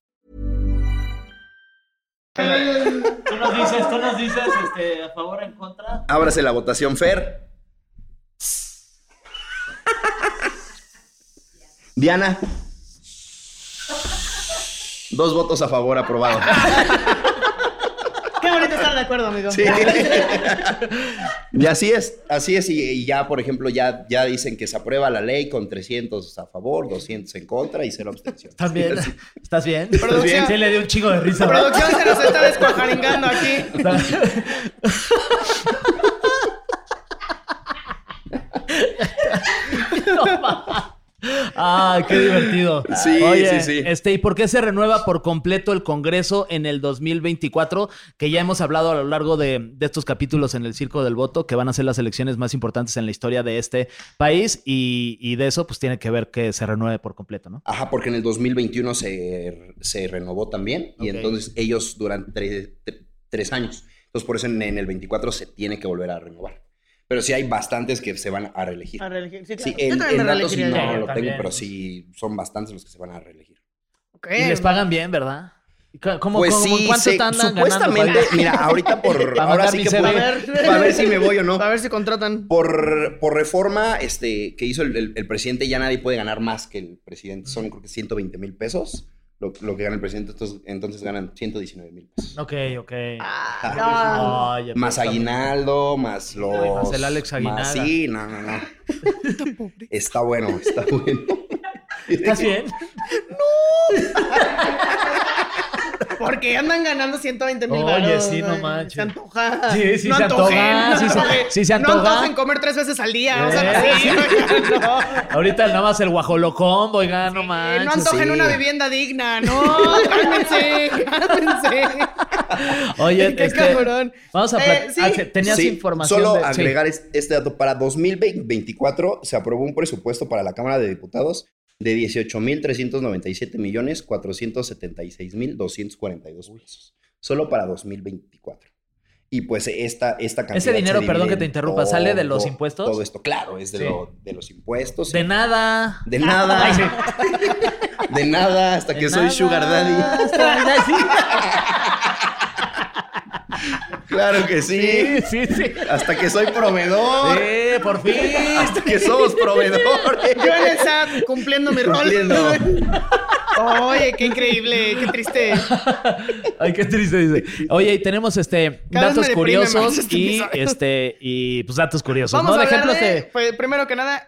[SPEAKER 2] Tú nos dices, tú nos dices, este, a favor, en contra.
[SPEAKER 4] Ábrase la votación, Fer. Diana. Dos votos a favor, aprobado.
[SPEAKER 3] Qué bonito estar de acuerdo, amigo.
[SPEAKER 4] Sí. Y así es, así es. Y, y ya, por ejemplo, ya, ya dicen que se aprueba la ley con 300 a favor, 200 en contra y cero abstención.
[SPEAKER 2] También.
[SPEAKER 4] Sí,
[SPEAKER 2] ¿Estás bien?
[SPEAKER 3] Producción.
[SPEAKER 2] Sí, le dio un chingo de risa.
[SPEAKER 3] La
[SPEAKER 2] ¿verdad?
[SPEAKER 3] producción se nos está descuajaringando aquí.
[SPEAKER 2] Ah, qué divertido.
[SPEAKER 4] Sí,
[SPEAKER 2] Oye,
[SPEAKER 4] sí, sí.
[SPEAKER 2] Este, ¿y por qué se renueva por completo el Congreso en el 2024? Que ya hemos hablado a lo largo de, de estos capítulos en el Circo del Voto, que van a ser las elecciones más importantes en la historia de este país. Y, y de eso, pues tiene que ver que se renueve por completo, ¿no?
[SPEAKER 4] Ajá, porque en el 2021 se, se renovó también y
[SPEAKER 2] Ok.
[SPEAKER 4] entonces ellos duran tres, tre- tres años. Entonces por eso en, en el 24 se tiene que volver a renovar. Pero sí hay bastantes que se van a reelegir.
[SPEAKER 3] A reelegir. Sí,
[SPEAKER 4] Sí,
[SPEAKER 3] claro. Yo
[SPEAKER 4] en,
[SPEAKER 3] también me
[SPEAKER 4] en datos
[SPEAKER 3] reelegiría. ¿eh?
[SPEAKER 4] no
[SPEAKER 2] yo.
[SPEAKER 4] lo
[SPEAKER 2] También.
[SPEAKER 4] tengo, pero sí son bastantes los que se van a reelegir.
[SPEAKER 3] Ok.
[SPEAKER 2] Y les pagan bien, ¿verdad? ¿Y cu- ¿Cómo,
[SPEAKER 4] pues
[SPEAKER 2] cómo-
[SPEAKER 4] sí,
[SPEAKER 2] cuánto
[SPEAKER 4] se-
[SPEAKER 2] están ganando?
[SPEAKER 4] supuestamente,
[SPEAKER 2] Fabián?
[SPEAKER 4] mira,
[SPEAKER 3] [LAUGHS]
[SPEAKER 4] ahorita por
[SPEAKER 2] Para
[SPEAKER 4] ahora
[SPEAKER 2] matar
[SPEAKER 4] sí que
[SPEAKER 2] miseria.
[SPEAKER 4] puedo-
[SPEAKER 3] A ver.
[SPEAKER 4] [LAUGHS] para ver
[SPEAKER 3] [LAUGHS]
[SPEAKER 4] si me voy o no.
[SPEAKER 3] A ver si contratan.
[SPEAKER 4] Por, por reforma este, que hizo el, el- el presidente, ya nadie puede ganar más que el presidente. Son creo que 120 mil pesos lo, lo que gana el presidente. Entonces, entonces ganan 119 mil pesos.
[SPEAKER 2] Ok, ok.
[SPEAKER 3] Ah,
[SPEAKER 2] Oye,
[SPEAKER 4] Más
[SPEAKER 2] pues,
[SPEAKER 4] aguinaldo, más los...
[SPEAKER 2] Ah, más el Alex Aguinaga.
[SPEAKER 4] más- sí, no, no, no. Está bueno, está
[SPEAKER 2] [LAUGHS]
[SPEAKER 4] bueno.
[SPEAKER 2] ¿Estás bien?
[SPEAKER 3] Porque andan ganando 120 mil
[SPEAKER 2] Oye, sí, no manches.
[SPEAKER 3] Se antoja.
[SPEAKER 2] Sí, sí
[SPEAKER 3] no
[SPEAKER 2] se
[SPEAKER 3] antojen,
[SPEAKER 2] antoja,
[SPEAKER 3] no
[SPEAKER 2] sí se-
[SPEAKER 3] antojen.
[SPEAKER 2] sí se
[SPEAKER 3] No
[SPEAKER 2] antoja.
[SPEAKER 3] antojen comer tres veces al día. O sea,
[SPEAKER 2] Eh.
[SPEAKER 3] sí, oigan,
[SPEAKER 2] Ahorita nada más el guajolocombo, oigan, no
[SPEAKER 3] no. Eh,
[SPEAKER 2] manches.
[SPEAKER 3] no antojen
[SPEAKER 4] sí.
[SPEAKER 3] una vivienda digna. No, cálmense, cálmense.
[SPEAKER 2] Oye,
[SPEAKER 3] [LAUGHS] Qué
[SPEAKER 2] este,
[SPEAKER 3] cabrón.
[SPEAKER 2] Vamos a
[SPEAKER 3] Eh, sí.
[SPEAKER 2] platicar. Tenías
[SPEAKER 4] Sí,
[SPEAKER 2] información.
[SPEAKER 4] Solo
[SPEAKER 2] de- sí.
[SPEAKER 4] agregar es- este dato. Para 2024 se aprobó un presupuesto para la Cámara de Diputados de 18.397 millones 476 mil 242 pesos. Solo para 2024. Y pues esta, esta cantidad... se
[SPEAKER 2] dinero, perdón
[SPEAKER 4] divide
[SPEAKER 2] que te
[SPEAKER 4] en
[SPEAKER 2] interrumpa, ¿sale de los impuestos?
[SPEAKER 4] Todo esto, claro, es de,
[SPEAKER 2] Sí.
[SPEAKER 4] lo- de los impuestos.
[SPEAKER 2] De nada.
[SPEAKER 4] De nada. De nada, hasta que
[SPEAKER 2] De
[SPEAKER 4] soy
[SPEAKER 2] nada.
[SPEAKER 4] Sugar Daddy.
[SPEAKER 2] Hasta- sí,
[SPEAKER 4] Claro que sí.
[SPEAKER 2] Sí, sí, sí.
[SPEAKER 4] Hasta que soy proveedor.
[SPEAKER 2] Eh, por fin.
[SPEAKER 4] Hasta que somos proveedores.
[SPEAKER 3] Yo en el SAT cumpliendo mi rol.
[SPEAKER 4] Cumpliendo.
[SPEAKER 3] Oye, qué increíble, qué triste.
[SPEAKER 2] Pues, Ay, qué triste dice. Oye, y tenemos este
[SPEAKER 3] Cada vez
[SPEAKER 2] datos
[SPEAKER 3] me deprime más
[SPEAKER 2] curiosos
[SPEAKER 3] este
[SPEAKER 2] y
[SPEAKER 3] episodio.
[SPEAKER 2] este y pues datos curiosos,
[SPEAKER 3] Vamos
[SPEAKER 2] ¿no? De
[SPEAKER 3] a hablar
[SPEAKER 2] ejemplos
[SPEAKER 3] de,
[SPEAKER 2] de
[SPEAKER 3] pues, primero que nada,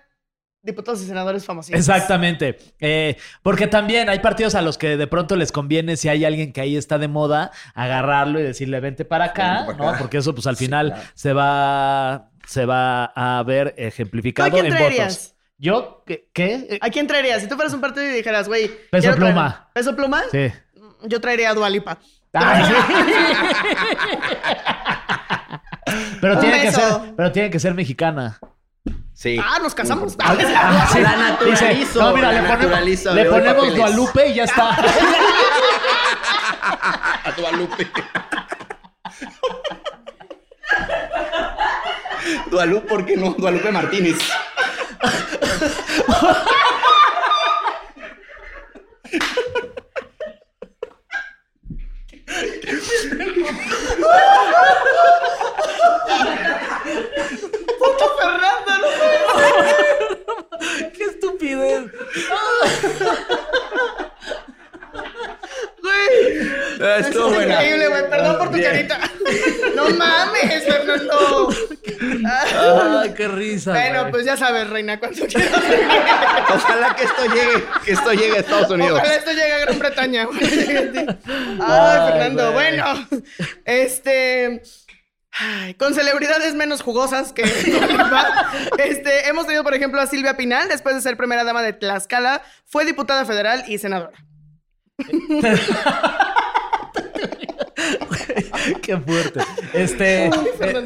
[SPEAKER 3] diputados y senadores famosos.
[SPEAKER 2] Exactamente. Eh, porque también hay partidos a los que de pronto les conviene, si hay alguien que ahí está de moda, agarrarlo y decirle, vente para acá,
[SPEAKER 4] Vente para
[SPEAKER 2] ¿no?
[SPEAKER 4] acá.
[SPEAKER 2] Porque eso, pues al
[SPEAKER 4] Sí,
[SPEAKER 2] final
[SPEAKER 4] claro.
[SPEAKER 2] se va se va a ver
[SPEAKER 3] ¿Tú a
[SPEAKER 2] ejemplificado
[SPEAKER 3] quién
[SPEAKER 2] en votos.
[SPEAKER 3] traerías?
[SPEAKER 2] ¿Yo? ¿Qué? qué? Eh,
[SPEAKER 3] ¿A quién traerías? Si tú fueras un partido y dijeras, güey.
[SPEAKER 2] Peso
[SPEAKER 3] quiero traer-
[SPEAKER 2] pluma.
[SPEAKER 3] ¿Peso pluma?
[SPEAKER 2] Sí.
[SPEAKER 3] [LAUGHS]
[SPEAKER 2] Ah,
[SPEAKER 3] Yo traería a Dualipa.
[SPEAKER 2] Ay, Pero
[SPEAKER 3] Un
[SPEAKER 2] tiene, que
[SPEAKER 3] beso.
[SPEAKER 2] ser, pero tiene que ser mexicana.
[SPEAKER 4] Sí.
[SPEAKER 3] Ah, nos casamos.
[SPEAKER 2] Ah, sí.
[SPEAKER 6] La naturalizo,
[SPEAKER 2] Dice, no, mira,
[SPEAKER 6] la
[SPEAKER 2] le ponemos,
[SPEAKER 6] naturalizo,
[SPEAKER 2] le
[SPEAKER 6] le doy
[SPEAKER 2] ponemos
[SPEAKER 6] papeles".
[SPEAKER 2] Guadalupe y ya
[SPEAKER 3] [LAUGHS]
[SPEAKER 2] está.
[SPEAKER 4] A Dualupe. Dualupe, ¿por qué no? Dualupe Martínez.
[SPEAKER 2] ¡Qué estupidez!
[SPEAKER 3] Güey,
[SPEAKER 4] Estuvo
[SPEAKER 3] es
[SPEAKER 4] buena.
[SPEAKER 3] increíble, güey. Perdón por tu carita. [LAUGHS] No mames, Fernando.
[SPEAKER 2] ¡Ay, Ah, qué risa!
[SPEAKER 3] Bueno,
[SPEAKER 2] güey.
[SPEAKER 3] pues ya sabes, reina, cuánto quieras.
[SPEAKER 4] [LAUGHS] Ojalá que esto llegue, que esto llegue a Estados Unidos.
[SPEAKER 3] Ojalá esto llegue a Gran
[SPEAKER 4] [LAUGHS]
[SPEAKER 3] Bretaña. güey. Ay, Fernando. Bueno, este. ay, con celebridades menos jugosas que [LAUGHS] este, hemos tenido, por ejemplo, a Silvia Pinal, después de ser primera dama de Tlaxcala, fue diputada federal y
[SPEAKER 4] [LAUGHS]
[SPEAKER 3] senadora.
[SPEAKER 2] [LAUGHS] ¡Qué fuerte! Este, eh,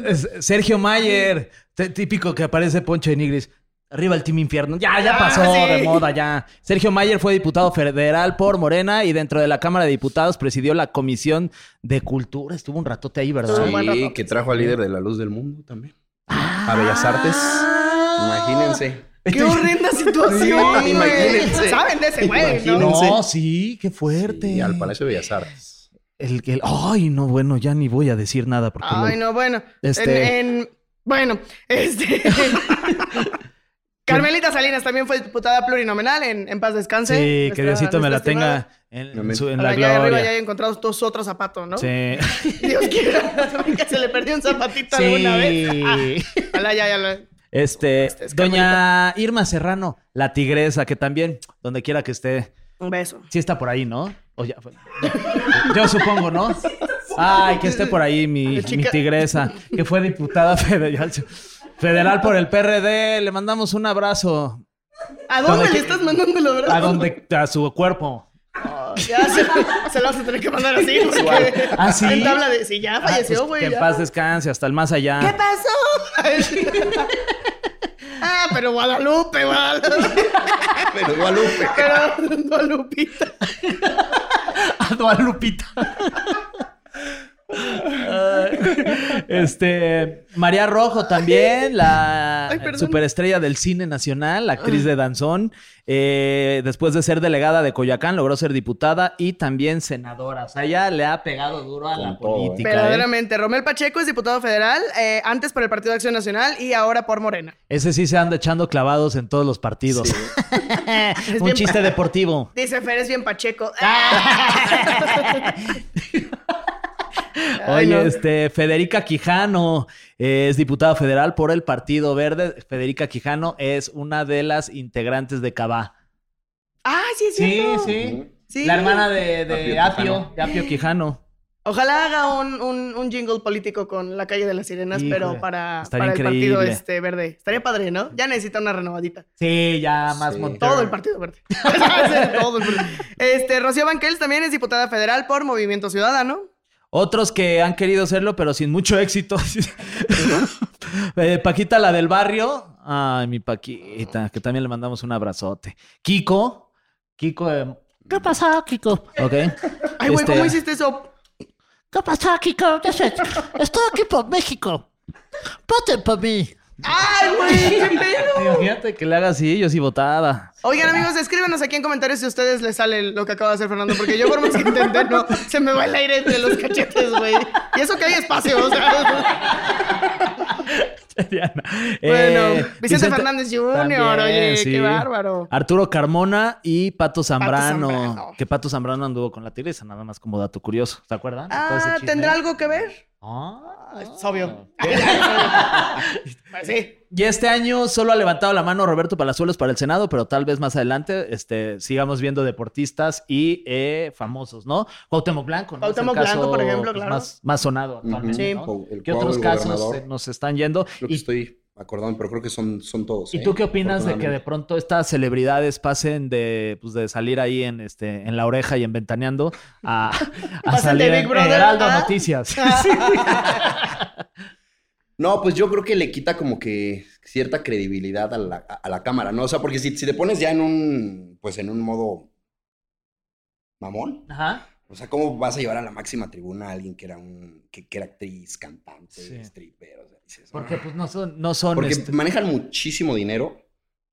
[SPEAKER 2] es- Sergio Mayer, t- típico que aparece Poncho de Nigris. Arriba el Team Infierno. Ya, ya
[SPEAKER 3] Ah,
[SPEAKER 2] pasó
[SPEAKER 3] sí.
[SPEAKER 2] de moda, ya. Sergio Mayer fue diputado federal por Morena y dentro de la Cámara de Diputados presidió la Comisión de Cultura. Estuvo un ratote ahí, ¿verdad?
[SPEAKER 3] Sí. buen
[SPEAKER 4] Y
[SPEAKER 3] rato.
[SPEAKER 4] que trajo al líder de la luz del mundo también.
[SPEAKER 2] Ah.
[SPEAKER 4] A Bellas Artes. Imagínense.
[SPEAKER 2] Este
[SPEAKER 3] ¡Qué horrenda situación!
[SPEAKER 4] Sí,
[SPEAKER 3] güey!
[SPEAKER 4] imagínense.
[SPEAKER 3] Saben de ese güey, ¿no?
[SPEAKER 4] Imagínense.
[SPEAKER 2] No, sí, qué fuerte.
[SPEAKER 4] Y al Palacio de Bellas Artes.
[SPEAKER 2] El, el- ay, no, bueno, ya ni voy a decir nada porque
[SPEAKER 3] Ay,
[SPEAKER 2] lo-
[SPEAKER 3] no, bueno.
[SPEAKER 2] Este-
[SPEAKER 3] En, en- bueno, [LAUGHS] este. Carmelita Salinas también fue diputada plurinominal en, en paz descanse.
[SPEAKER 2] Sí, que
[SPEAKER 3] Nuestra-
[SPEAKER 2] Diosito me la
[SPEAKER 3] nuestra estimada.
[SPEAKER 2] tenga en, en su- en la
[SPEAKER 3] Ojalá ya arriba ya
[SPEAKER 2] gloria.
[SPEAKER 3] haya encontrado tus otros zapatos, ¿no?
[SPEAKER 2] Sí.
[SPEAKER 3] [LAUGHS] Dios quiera [LAUGHS] también que se le perdió un zapatito alguna vez.
[SPEAKER 2] Sí.
[SPEAKER 3] [LAUGHS] Ojalá ya, ya lo-
[SPEAKER 2] Este,
[SPEAKER 3] es
[SPEAKER 2] doña Irma Serrano, la tigresa, que también, donde quiera que esté,
[SPEAKER 3] Un beso.
[SPEAKER 2] sí está por ahí, ¿no? O ya fue. Yo supongo, ¿no? Ay, que esté por ahí mi, mi
[SPEAKER 3] chica-
[SPEAKER 2] tigresa, que fue diputada federal, federal por el PRD. Le mandamos un abrazo
[SPEAKER 3] ¿A dónde
[SPEAKER 2] Donde
[SPEAKER 3] le
[SPEAKER 2] que-
[SPEAKER 3] estás mandando los
[SPEAKER 2] a
[SPEAKER 3] brazos?
[SPEAKER 2] donde a su cuerpo.
[SPEAKER 3] [LAUGHS] Ya se, se lo vas a tener que mandar
[SPEAKER 2] [LAUGHS]
[SPEAKER 3] así. Porque
[SPEAKER 2] ¿Ah, sí?
[SPEAKER 3] En tabla de. Sí, ya
[SPEAKER 2] Ah,
[SPEAKER 3] falleció,
[SPEAKER 2] pues,
[SPEAKER 3] güey.
[SPEAKER 2] que en
[SPEAKER 3] ya.
[SPEAKER 2] paz descanse, hasta el más allá.
[SPEAKER 3] ¿Qué pasó? [LAUGHS] ah, pero Guadalupe, Guadalupe.
[SPEAKER 4] Pero Dualupe.
[SPEAKER 3] Pero Guadalupita.
[SPEAKER 4] [LAUGHS]
[SPEAKER 2] a Lupita. este María Rojo también, la
[SPEAKER 3] Ay, perdón.
[SPEAKER 2] superestrella del cine nacional, la actriz de danzón. Eh, después de ser delegada de Coyoacán, logró ser diputada y también senadora. O sea, ella le ha pegado duro a la
[SPEAKER 4] Con todo, ¿eh?
[SPEAKER 2] política. ¿eh?
[SPEAKER 3] Verdaderamente. Romel Pacheco es diputado federal, eh, antes por el Partido de Acción Nacional y ahora por Morena.
[SPEAKER 2] Ese sí se anda echando clavados en todos los [LAUGHS] partidos. Un
[SPEAKER 3] bien-
[SPEAKER 2] chiste deportivo.
[SPEAKER 3] Dice Fer, es bien Pacheco. [LAUGHS] Ay,
[SPEAKER 2] Ah. Oye,
[SPEAKER 3] no.
[SPEAKER 2] este, Federica Quijano eh, es diputada federal por el Partido Verde. Federica Quijano es una de las integrantes de Cabá.
[SPEAKER 3] Ah, sí, es cierto. Sí. La hermana
[SPEAKER 2] de,
[SPEAKER 4] de Apio Apio, Quijano.
[SPEAKER 2] de Apio Quijano.
[SPEAKER 3] Ojalá haga un, un- un jingle político con la calle de las sirenas,
[SPEAKER 2] Híjole,
[SPEAKER 3] pero para,
[SPEAKER 2] estaría
[SPEAKER 3] para el
[SPEAKER 2] increíble.
[SPEAKER 3] partido este verde. Estaría padre, ¿no? Ya necesita una renovadita.
[SPEAKER 2] Sí, ya más
[SPEAKER 4] Sí.
[SPEAKER 2] Montero.
[SPEAKER 3] Todo el partido verde. [LAUGHS] Sí, Todo el partido. Este, Rocío Banquels también es diputada federal por Movimiento Ciudadano.
[SPEAKER 2] Otros que han querido hacerlo, pero sin mucho éxito. [LAUGHS] Eh, Paquita, la del barrio. Ay, mi Paquita, que también le mandamos un abrazote. Kiko. Kiko. eh, ¿Qué pasa, Kiko? Ok.
[SPEAKER 3] Ay, güey,
[SPEAKER 2] Este,
[SPEAKER 3] ¿cómo hiciste eso?
[SPEAKER 7] ¿Qué pasó, Kiko? Ya sé, Estoy aquí por México. Voten por mí.
[SPEAKER 3] ¡Ay, güey! ¡Qué pedo!
[SPEAKER 2] Imagínate que le haga así, yo sí
[SPEAKER 3] [LAUGHS]
[SPEAKER 2] votaba.
[SPEAKER 3] Oigan, amigos, escríbanos aquí en comentarios si a ustedes les sale lo que acaba de hacer Fernando, porque yo por más que intenté, no, se me va el aire entre los cachetes, güey. Y eso que hay espacio, o sea.
[SPEAKER 2] Diana.
[SPEAKER 3] Bueno,
[SPEAKER 2] Eh,
[SPEAKER 3] Vicente, Fernández Jr., oye, qué bárbaro.
[SPEAKER 2] Arturo Carmona y Pato Zambrano,
[SPEAKER 3] Zambrano.
[SPEAKER 2] Que Pato Zambrano anduvo con la tigresa, nada más como dato curioso. ¿Se acuerdan? de todo ese
[SPEAKER 3] Ah,
[SPEAKER 2] chisme?
[SPEAKER 3] ¿tendrá algo que ver?
[SPEAKER 2] Ah.
[SPEAKER 3] Es obvio. Pues sí.
[SPEAKER 2] Y este año solo ha levantado la mano Roberto Palazuelos para el Senado, pero tal vez más adelante este, sigamos viendo deportistas y eh, famosos, ¿no? Cuauhtémoc Blanco, ¿no? Es el
[SPEAKER 3] Cuauhtémoc
[SPEAKER 2] caso, pues,
[SPEAKER 3] Blanco, por ejemplo, claro.
[SPEAKER 2] Más, más sonado actualmente,
[SPEAKER 3] Sí.
[SPEAKER 2] ¿no?
[SPEAKER 4] El
[SPEAKER 2] ¿Qué
[SPEAKER 4] Cuau,
[SPEAKER 2] otros
[SPEAKER 4] el
[SPEAKER 2] casos
[SPEAKER 4] gobernador.
[SPEAKER 2] se nos están yendo?
[SPEAKER 4] Creo que
[SPEAKER 2] Y-
[SPEAKER 4] estoy acordado, pero creo que son, son todos.
[SPEAKER 2] ¿Y
[SPEAKER 4] ¿eh?
[SPEAKER 2] tú qué opinas de que de
[SPEAKER 4] Afortunadamente.
[SPEAKER 2] pronto estas celebridades pasen de, pues, de salir ahí en, este, en la oreja y en ventaneando a, a
[SPEAKER 3] [LAUGHS] Pasen de
[SPEAKER 2] salir
[SPEAKER 3] Big
[SPEAKER 2] en [LAUGHS]
[SPEAKER 3] Brother,
[SPEAKER 2] Heraldo
[SPEAKER 3] [LAUGHS] ¿ah?
[SPEAKER 2] Noticias?
[SPEAKER 4] No, pues yo creo que le quita como que cierta credibilidad a la, a la cámara, ¿no? O sea, porque si, si te pones ya en un, pues en un modo mamón,
[SPEAKER 2] Ajá.
[SPEAKER 4] o sea, ¿cómo vas a llevar a la máxima tribuna a alguien que era un, que, que era actriz, cantante,
[SPEAKER 2] Sí.
[SPEAKER 4] stripper? O sea, dices,
[SPEAKER 2] Porque
[SPEAKER 4] "Ah".
[SPEAKER 2] pues no son, no son
[SPEAKER 4] Porque
[SPEAKER 2] este-
[SPEAKER 4] manejan muchísimo dinero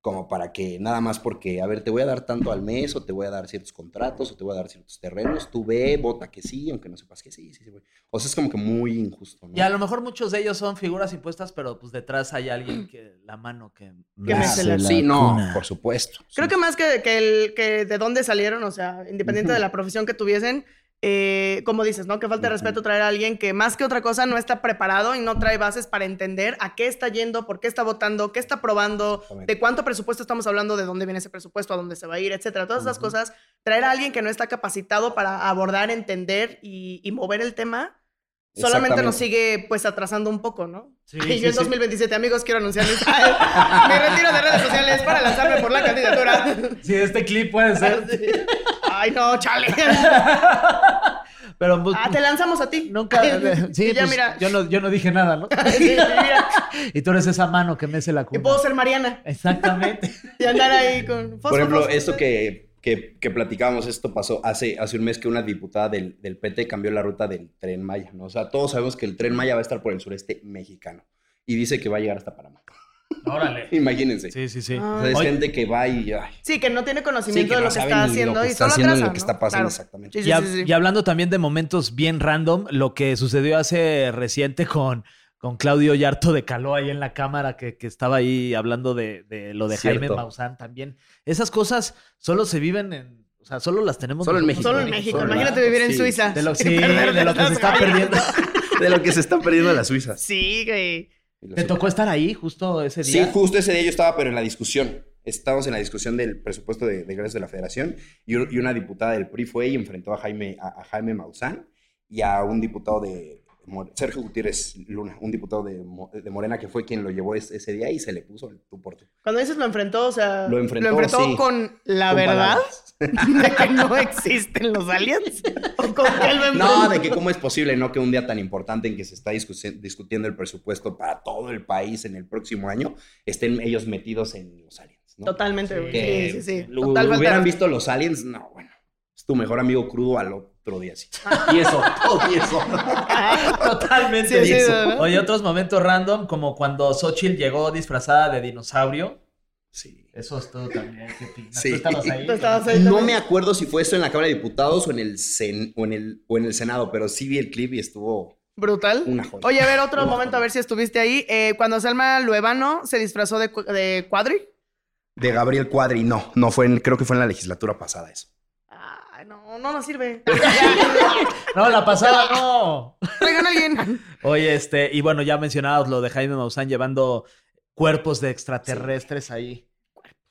[SPEAKER 4] como para que nada más porque, a ver, te voy a dar tanto al mes o te voy a dar ciertos contratos o te voy a dar ciertos terrenos, tú ve, vota que sí, aunque no sepas que sí, sí, sí, güey. O sea, es como que muy injusto, ¿no?
[SPEAKER 2] Y a lo mejor muchos de ellos son figuras impuestas, pero pues detrás hay alguien que la mano que...
[SPEAKER 3] Que me se la-
[SPEAKER 4] Sí, no, por supuesto.
[SPEAKER 3] Creo que más que, que el, que de dónde salieron, o sea, independiente de la profesión que tuviesen, eh, como dices, ¿no? Que falta de respeto traer a alguien que más que otra cosa no está preparado y no trae bases para entender a qué está yendo, por qué está votando, qué está probando,
[SPEAKER 4] Exactamente.
[SPEAKER 3] de cuánto presupuesto estamos hablando, de dónde viene ese presupuesto, a dónde se va a ir, etcétera. Todas esas cosas, traer a alguien que no está capacitado para abordar, entender y, y mover el tema. Solamente nos
[SPEAKER 4] Exactamente.
[SPEAKER 3] sigue pues atrasando un poco, ¿no?
[SPEAKER 2] Sí,
[SPEAKER 3] y
[SPEAKER 2] sí,
[SPEAKER 3] [LAUGHS] yo en
[SPEAKER 2] sí.
[SPEAKER 3] 2027, amigos, quiero anunciarles [LAUGHS] mi retiro de redes sociales para lanzarme por la candidatura.
[SPEAKER 2] Sí, este clip puede
[SPEAKER 3] [LAUGHS]
[SPEAKER 2] ser.
[SPEAKER 3] Ay, no, chale.
[SPEAKER 2] Pero pues,
[SPEAKER 3] Ah, te lanzamos a ti.
[SPEAKER 2] [LAUGHS] nunca...
[SPEAKER 3] [LAUGHS]
[SPEAKER 2] Sí,
[SPEAKER 3] Y ya
[SPEAKER 2] pues,
[SPEAKER 3] mira.
[SPEAKER 2] Yo, no, yo no dije nada, ¿no?
[SPEAKER 3] [LAUGHS] Sí, mira,
[SPEAKER 2] Y tú eres esa mano que mece la
[SPEAKER 3] y
[SPEAKER 2] cuna.
[SPEAKER 3] puedo ser Mariana
[SPEAKER 2] Exactamente.
[SPEAKER 3] y andar ahí con
[SPEAKER 4] Por ejemplo, esto que, que, que platicábamos, esto pasó hace, hace un mes que una diputada del, del PT cambió la ruta del tren Maya, ¿no? O sea, todos sabemos que el tren Maya va a estar por el sureste mexicano y dice que va a llegar hasta Panamá. [LAUGHS]
[SPEAKER 2] Órale.
[SPEAKER 4] Imagínense.
[SPEAKER 2] Sí, sí, sí.
[SPEAKER 3] Ah.
[SPEAKER 4] O sea, es
[SPEAKER 2] Oye.
[SPEAKER 4] gente que va y... ay,
[SPEAKER 3] Sí, que no tiene
[SPEAKER 4] sí,
[SPEAKER 3] conocimiento de
[SPEAKER 4] no
[SPEAKER 3] lo que
[SPEAKER 4] sabe
[SPEAKER 3] está
[SPEAKER 4] ni lo
[SPEAKER 3] haciendo
[SPEAKER 4] que
[SPEAKER 3] y
[SPEAKER 4] está
[SPEAKER 3] solo
[SPEAKER 4] haciendo ni
[SPEAKER 3] atrasa,
[SPEAKER 4] lo que está
[SPEAKER 3] ¿no?
[SPEAKER 4] pasando
[SPEAKER 3] Claro.
[SPEAKER 4] exactamente.
[SPEAKER 3] Sí, sí,
[SPEAKER 2] y, hab-
[SPEAKER 3] sí, sí.
[SPEAKER 2] y hablando también de momentos bien random, lo que sucedió hace reciente con, con Claudio Yarto de Caló ahí en la cámara que, que estaba ahí hablando de, de lo de Jaime
[SPEAKER 4] Cierto.
[SPEAKER 2] Maussan también. Esas cosas solo se viven en, o sea, solo las tenemos
[SPEAKER 4] Solo en
[SPEAKER 2] nosotros.
[SPEAKER 3] Solo en México.
[SPEAKER 4] Solo en
[SPEAKER 3] Imagínate
[SPEAKER 4] México,
[SPEAKER 3] vivir en
[SPEAKER 4] sí.
[SPEAKER 3] Suiza.
[SPEAKER 2] De lo,
[SPEAKER 3] [LAUGHS] Y
[SPEAKER 2] sí,
[SPEAKER 3] perder
[SPEAKER 2] de lo que se
[SPEAKER 3] tantas
[SPEAKER 2] está
[SPEAKER 3] cosas. [LAUGHS]
[SPEAKER 2] perdiendo.
[SPEAKER 4] De lo que se están perdiendo las suizas.
[SPEAKER 3] Sí, güey.
[SPEAKER 2] ¿Te tocó estar ahí justo ese
[SPEAKER 4] Sí,
[SPEAKER 2] día?
[SPEAKER 4] justo ese día yo estaba, pero en la discusión. Estábamos en la discusión del presupuesto de, de egresos de la federación y, un- y una diputada del PRI fue y enfrentó a Jaime, a, a Jaime Maussan y a un diputado de Mo- Sergio Gutiérrez Luna, un diputado de, Mo- de Morena que fue quien lo llevó es- ese día y se le puso el tú por tú.
[SPEAKER 3] Cuando dices lo enfrentó, o sea,
[SPEAKER 4] Lo enfrentó, sí.
[SPEAKER 3] con la
[SPEAKER 4] Con
[SPEAKER 3] verdad [LAUGHS]
[SPEAKER 4] palabras.
[SPEAKER 3] de que no existen los
[SPEAKER 4] [LAUGHS]
[SPEAKER 3] aliens. ¿O con qué lo
[SPEAKER 4] No,
[SPEAKER 3] enfrentó?
[SPEAKER 4] de que cómo es posible, ¿no? Que un día tan importante en que se está discusi- discutiendo el presupuesto para todo el país en el próximo año, estén ellos metidos en los aliens, ¿no?
[SPEAKER 3] Totalmente, güey.
[SPEAKER 4] que
[SPEAKER 3] Sí, sí, sí.
[SPEAKER 4] lo-
[SPEAKER 3] Total falta de [LAUGHS]
[SPEAKER 4] hubieran visto los aliens, no, bueno. Es tu mejor amigo crudo al otro día, sí.
[SPEAKER 3] Ah.
[SPEAKER 4] [LAUGHS] Y eso, todo y eso.
[SPEAKER 2] [LAUGHS] Totalmente.
[SPEAKER 3] Sí, sí,
[SPEAKER 2] Eso.
[SPEAKER 3] ¿verdad?
[SPEAKER 2] Oye, otros momentos random, como cuando Xochitl llegó disfrazada de dinosaurio.
[SPEAKER 4] Sí.
[SPEAKER 2] Eso es todo también. qué pena.
[SPEAKER 4] Sí.
[SPEAKER 2] Tú estabas ahí.
[SPEAKER 3] Tú estabas ahí
[SPEAKER 4] No
[SPEAKER 3] también.
[SPEAKER 4] me acuerdo si fue esto en la Cámara de Diputados o en el, sen- o en el, o en el Senado, pero sí vi el clip y estuvo
[SPEAKER 3] Brutal.
[SPEAKER 4] una joya.
[SPEAKER 3] Oye, a ver, otro
[SPEAKER 4] Una
[SPEAKER 3] momento,
[SPEAKER 4] joya.
[SPEAKER 3] a ver si estuviste ahí. Eh, cuando Selma Luevano se disfrazó de, cu- de cuadri.
[SPEAKER 4] De Gabriel Cuadri, no, no fue en- creo que fue en la legislatura pasada eso.
[SPEAKER 3] Ay, no, no nos [LAUGHS] sirve.
[SPEAKER 2] No, la pasada no.
[SPEAKER 3] Traigan a alguien.
[SPEAKER 2] Oye, este, y bueno, ya mencionados lo de Jaime Maussan llevando cuerpos de extraterrestres ahí.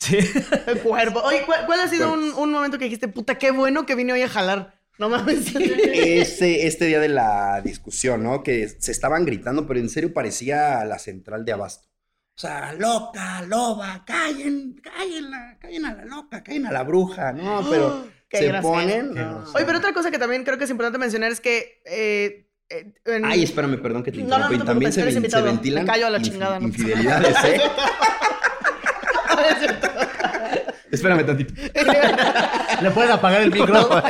[SPEAKER 2] Sí.
[SPEAKER 3] El cuervo. Oye, ¿cuál, cuál ha sido un, un momento que dijiste, puta, qué bueno que vine hoy a jalar? No mames.
[SPEAKER 2] [LAUGHS]
[SPEAKER 4] Este, este día de la discusión, ¿no? Que se estaban gritando, pero en serio parecía la central de abasto. O sea, loca, loba, callen, cállenla, callen a la loca, callen a la bruja, ¿no? Pero
[SPEAKER 3] Ah, Qué
[SPEAKER 4] se
[SPEAKER 3] grosero.
[SPEAKER 4] ponen.
[SPEAKER 2] Qué
[SPEAKER 4] no.
[SPEAKER 3] Oye, pero otra cosa que también creo que es importante mencionar es que. eh, eh, en- [LAUGHS]
[SPEAKER 4] Ay, espérame, perdón que te
[SPEAKER 3] No, no, no
[SPEAKER 4] interrumpa.
[SPEAKER 3] te
[SPEAKER 4] y también
[SPEAKER 3] preocupes,
[SPEAKER 4] se,
[SPEAKER 3] eres
[SPEAKER 4] ven- se
[SPEAKER 3] invitado.
[SPEAKER 4] ventilan
[SPEAKER 3] Me callo a la
[SPEAKER 4] infi-
[SPEAKER 3] chingada, no pasa
[SPEAKER 4] infidelidades,
[SPEAKER 3] [LAUGHS]
[SPEAKER 4] ¿eh? espérame tantito.
[SPEAKER 3] [LAUGHS]
[SPEAKER 2] Le pueden apagar el micro.
[SPEAKER 4] [LAUGHS]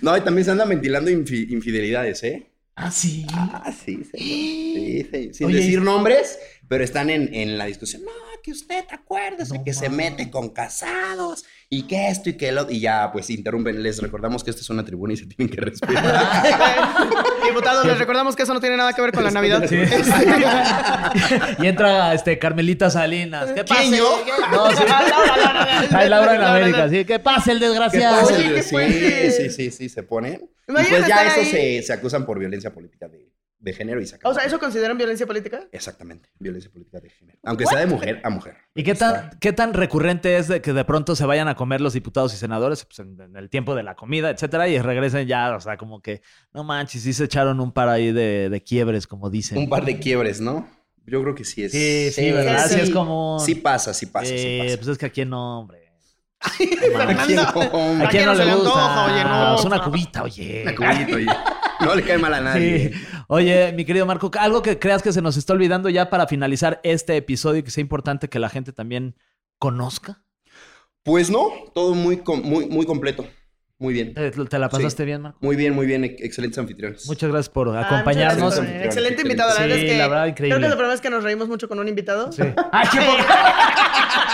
[SPEAKER 4] No, y también se anda ventilando infi- infidelidades, ¿eh?
[SPEAKER 2] Ah, sí.
[SPEAKER 4] Ah, sí, señor. Sí,
[SPEAKER 2] [GASPS]
[SPEAKER 4] sí. Sin
[SPEAKER 2] Oye,
[SPEAKER 4] decir
[SPEAKER 2] y-
[SPEAKER 4] nombres, pero están en, en la discusión. No, que usted acuérdese
[SPEAKER 2] No
[SPEAKER 4] que se
[SPEAKER 2] mames.
[SPEAKER 4] mete con casados y que esto y que lo. Y ya, pues interrumpen. Les recordamos que esta es una tribuna y se tienen
[SPEAKER 2] [LAUGHS]
[SPEAKER 4] que respetar.
[SPEAKER 3] Diputados, les recordamos que eso no tiene nada que ver con la Navidad. [LAUGHS]
[SPEAKER 2] Sí. [LAUGHS] y entra este Carmelita Salinas. ¿Qué pasa?
[SPEAKER 4] yo?
[SPEAKER 2] No,
[SPEAKER 3] [LAUGHS]
[SPEAKER 2] sí. Ay, Laura en América, sí. ¿Qué pasa el desgraciado?
[SPEAKER 3] Oye, qué fuerte.
[SPEAKER 4] sí, sí, sí, sí, se ponen. Y
[SPEAKER 3] Imagínate
[SPEAKER 4] pues ya
[SPEAKER 3] estar
[SPEAKER 4] eso
[SPEAKER 3] ahí.
[SPEAKER 4] se, se acusan por violencia política de, de género y se acaba.
[SPEAKER 3] O sea, ¿eso consideran
[SPEAKER 2] [LAUGHS]
[SPEAKER 3] violencia política?
[SPEAKER 4] Exactamente, violencia política de género. Aunque sea de mujer a mujer.
[SPEAKER 2] ¿Y qué tan, qué tan recurrente es de que de pronto se vayan a comer los diputados y senadores pues, en, en el tiempo de la comida, etcétera, y regresen ya, o sea, como que, no manches, sí se echaron un par ahí de, de quiebres, como dicen.
[SPEAKER 4] Un par de quiebres, ¿no? Yo creo que sí es.
[SPEAKER 2] Sí, sí, ¿verdad? Sí, es común.
[SPEAKER 4] Sí pasa, sí pasa, sí
[SPEAKER 2] Eh,
[SPEAKER 4] pasa.
[SPEAKER 2] pues es que aquí no, hombre.
[SPEAKER 4] Aquí no,
[SPEAKER 2] ¿A
[SPEAKER 4] hombre.
[SPEAKER 2] Ah,
[SPEAKER 3] quién
[SPEAKER 4] [LAUGHS]
[SPEAKER 2] quién
[SPEAKER 3] no
[SPEAKER 2] no
[SPEAKER 3] se
[SPEAKER 2] le
[SPEAKER 3] le
[SPEAKER 2] gusta?
[SPEAKER 3] antoja? Oye, no.
[SPEAKER 2] [LAUGHS] Pues una cubita, oye.
[SPEAKER 4] Cubito, oye. [LAUGHS] No le cae mal a nadie.
[SPEAKER 2] Sí. Oye, mi querido Marco, algo que creas que se nos está olvidando ya para finalizar este episodio y que sea importante que la gente también conozca.
[SPEAKER 4] Pues no, todo muy, com- muy, muy completo. Muy bien.
[SPEAKER 2] ¿Te, te la pasaste bien, Marco?
[SPEAKER 4] Muy bien, muy bien. ex- Excelentes anfitriones. [LAUGHS]
[SPEAKER 2] Muchas gracias por
[SPEAKER 3] Ah,
[SPEAKER 2] acompañarnos.
[SPEAKER 3] muchas gracias. Excelente invitado, la verdad
[SPEAKER 2] Sí,
[SPEAKER 3] es que.
[SPEAKER 2] la verdad,
[SPEAKER 3] Creo
[SPEAKER 2] increíble.
[SPEAKER 3] que la primera vez que nos reímos mucho con un invitado.
[SPEAKER 2] Sí. [LAUGHS] Ay, qué poca-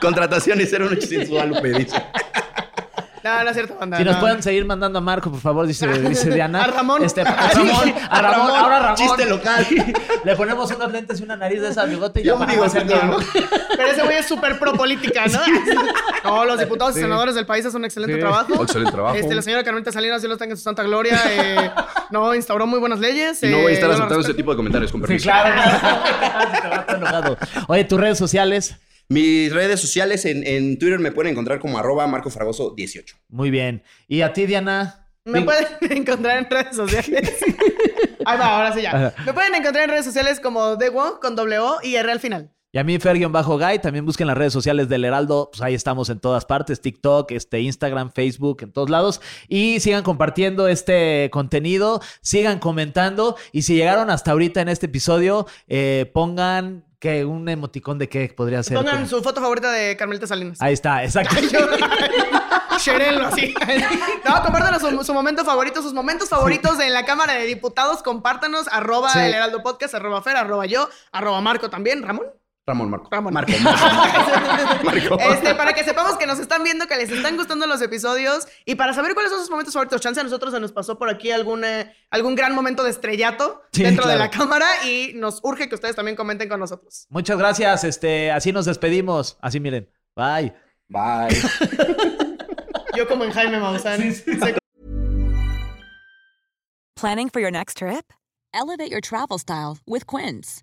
[SPEAKER 4] Contrataciones 01800 Guadalupe, dice.
[SPEAKER 3] No, no es cierto, banda.
[SPEAKER 2] Si nos
[SPEAKER 3] no.
[SPEAKER 2] pueden seguir mandando a Marco, por favor,
[SPEAKER 3] [LAUGHS]
[SPEAKER 2] dice, dice Diana.
[SPEAKER 3] A Ramón.
[SPEAKER 2] Este,
[SPEAKER 3] [LAUGHS]
[SPEAKER 2] a Ramón, a Ramón, ahora Ramón.
[SPEAKER 4] Chiste local.
[SPEAKER 2] [LAUGHS] Le ponemos unos lentes y una nariz de esa bigote y
[SPEAKER 4] Yo
[SPEAKER 2] ya para
[SPEAKER 4] digo,
[SPEAKER 2] hacer
[SPEAKER 4] sí, no,
[SPEAKER 2] miedo.
[SPEAKER 4] ¿no?
[SPEAKER 3] Pero ese güey es súper pro política, ¿no? No, los diputados y senadores del país hacen un excelente trabajo.
[SPEAKER 1] Excelente trabajo.
[SPEAKER 3] Este, la señora Carmelita Salinas, Dios lo tenga en su santa gloria. eh, no instauró muy buenas leyes.
[SPEAKER 1] Y no
[SPEAKER 3] eh,
[SPEAKER 1] voy a estar
[SPEAKER 3] yo la
[SPEAKER 1] aceptando ese
[SPEAKER 4] este
[SPEAKER 3] respeto.
[SPEAKER 1] tipo de comentarios, con permiso.
[SPEAKER 2] [LAUGHS] Enojado. Oye, tus redes sociales.
[SPEAKER 4] Mis redes sociales en, en Twitter me pueden encontrar como arroba marcofragoso18.
[SPEAKER 2] Muy bien. Y a ti, Diana.
[SPEAKER 3] Me
[SPEAKER 2] Digo-
[SPEAKER 3] pueden [LAUGHS] encontrar en redes
[SPEAKER 1] [LAUGHS]
[SPEAKER 3] sociales. Ahí va, ahora sí ya. Me pueden encontrar en redes sociales como The Wong con W y R al final.
[SPEAKER 2] Y a mí, Fer-Guy, también busquen las redes sociales del Heraldo. Pues ahí estamos en todas partes: TikTok, este, Instagram, Facebook, en todos lados. Y sigan compartiendo este contenido, sigan comentando. Y si llegaron hasta ahorita en este episodio, eh, pongan que un emoticón de qué podría ser.
[SPEAKER 3] Pongan
[SPEAKER 2] Como-
[SPEAKER 3] su foto favorita de Carmelita Salinas.
[SPEAKER 2] Ahí está, [LAUGHS] exacto.
[SPEAKER 3] Sharenlo así. No, compártanos su, su momento favorito, sus momentos favoritos en la Cámara de Diputados. Compártanos, arroba
[SPEAKER 2] Sí.
[SPEAKER 3] el Heraldo Podcast, arroba Fer, arroba yo, arroba Marco también, Ramón.
[SPEAKER 4] Ramón Marco.
[SPEAKER 3] Ramón.
[SPEAKER 4] Marco. Marco. Marco.
[SPEAKER 3] [LAUGHS] Este, para que sepamos que nos están viendo, que les están gustando los episodios y para saber cuáles son sus momentos favoritos. Chance a nosotros se nos pasó por aquí algún, eh, algún gran momento de estrellato
[SPEAKER 2] Sí,
[SPEAKER 3] dentro de
[SPEAKER 2] claro.
[SPEAKER 3] la cámara y nos urge que ustedes también comenten con nosotros.
[SPEAKER 2] Muchas gracias. Este, así nos despedimos. Así miren. Bye.
[SPEAKER 4] Bye.
[SPEAKER 3] Yo como en Jaime Maussan. Se-
[SPEAKER 8] Planning for your next trip? Elevate your travel style with Quince.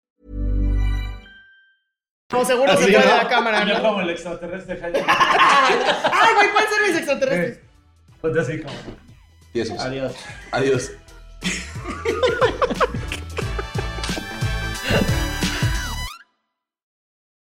[SPEAKER 3] Como seguro se fue de la cámara, ¿no?
[SPEAKER 9] el extraterrestre
[SPEAKER 3] Ay, güey, pueden ser mis extraterrestres.
[SPEAKER 9] Ponte así como.
[SPEAKER 4] Tiesos.
[SPEAKER 9] Adiós.
[SPEAKER 4] Adiós.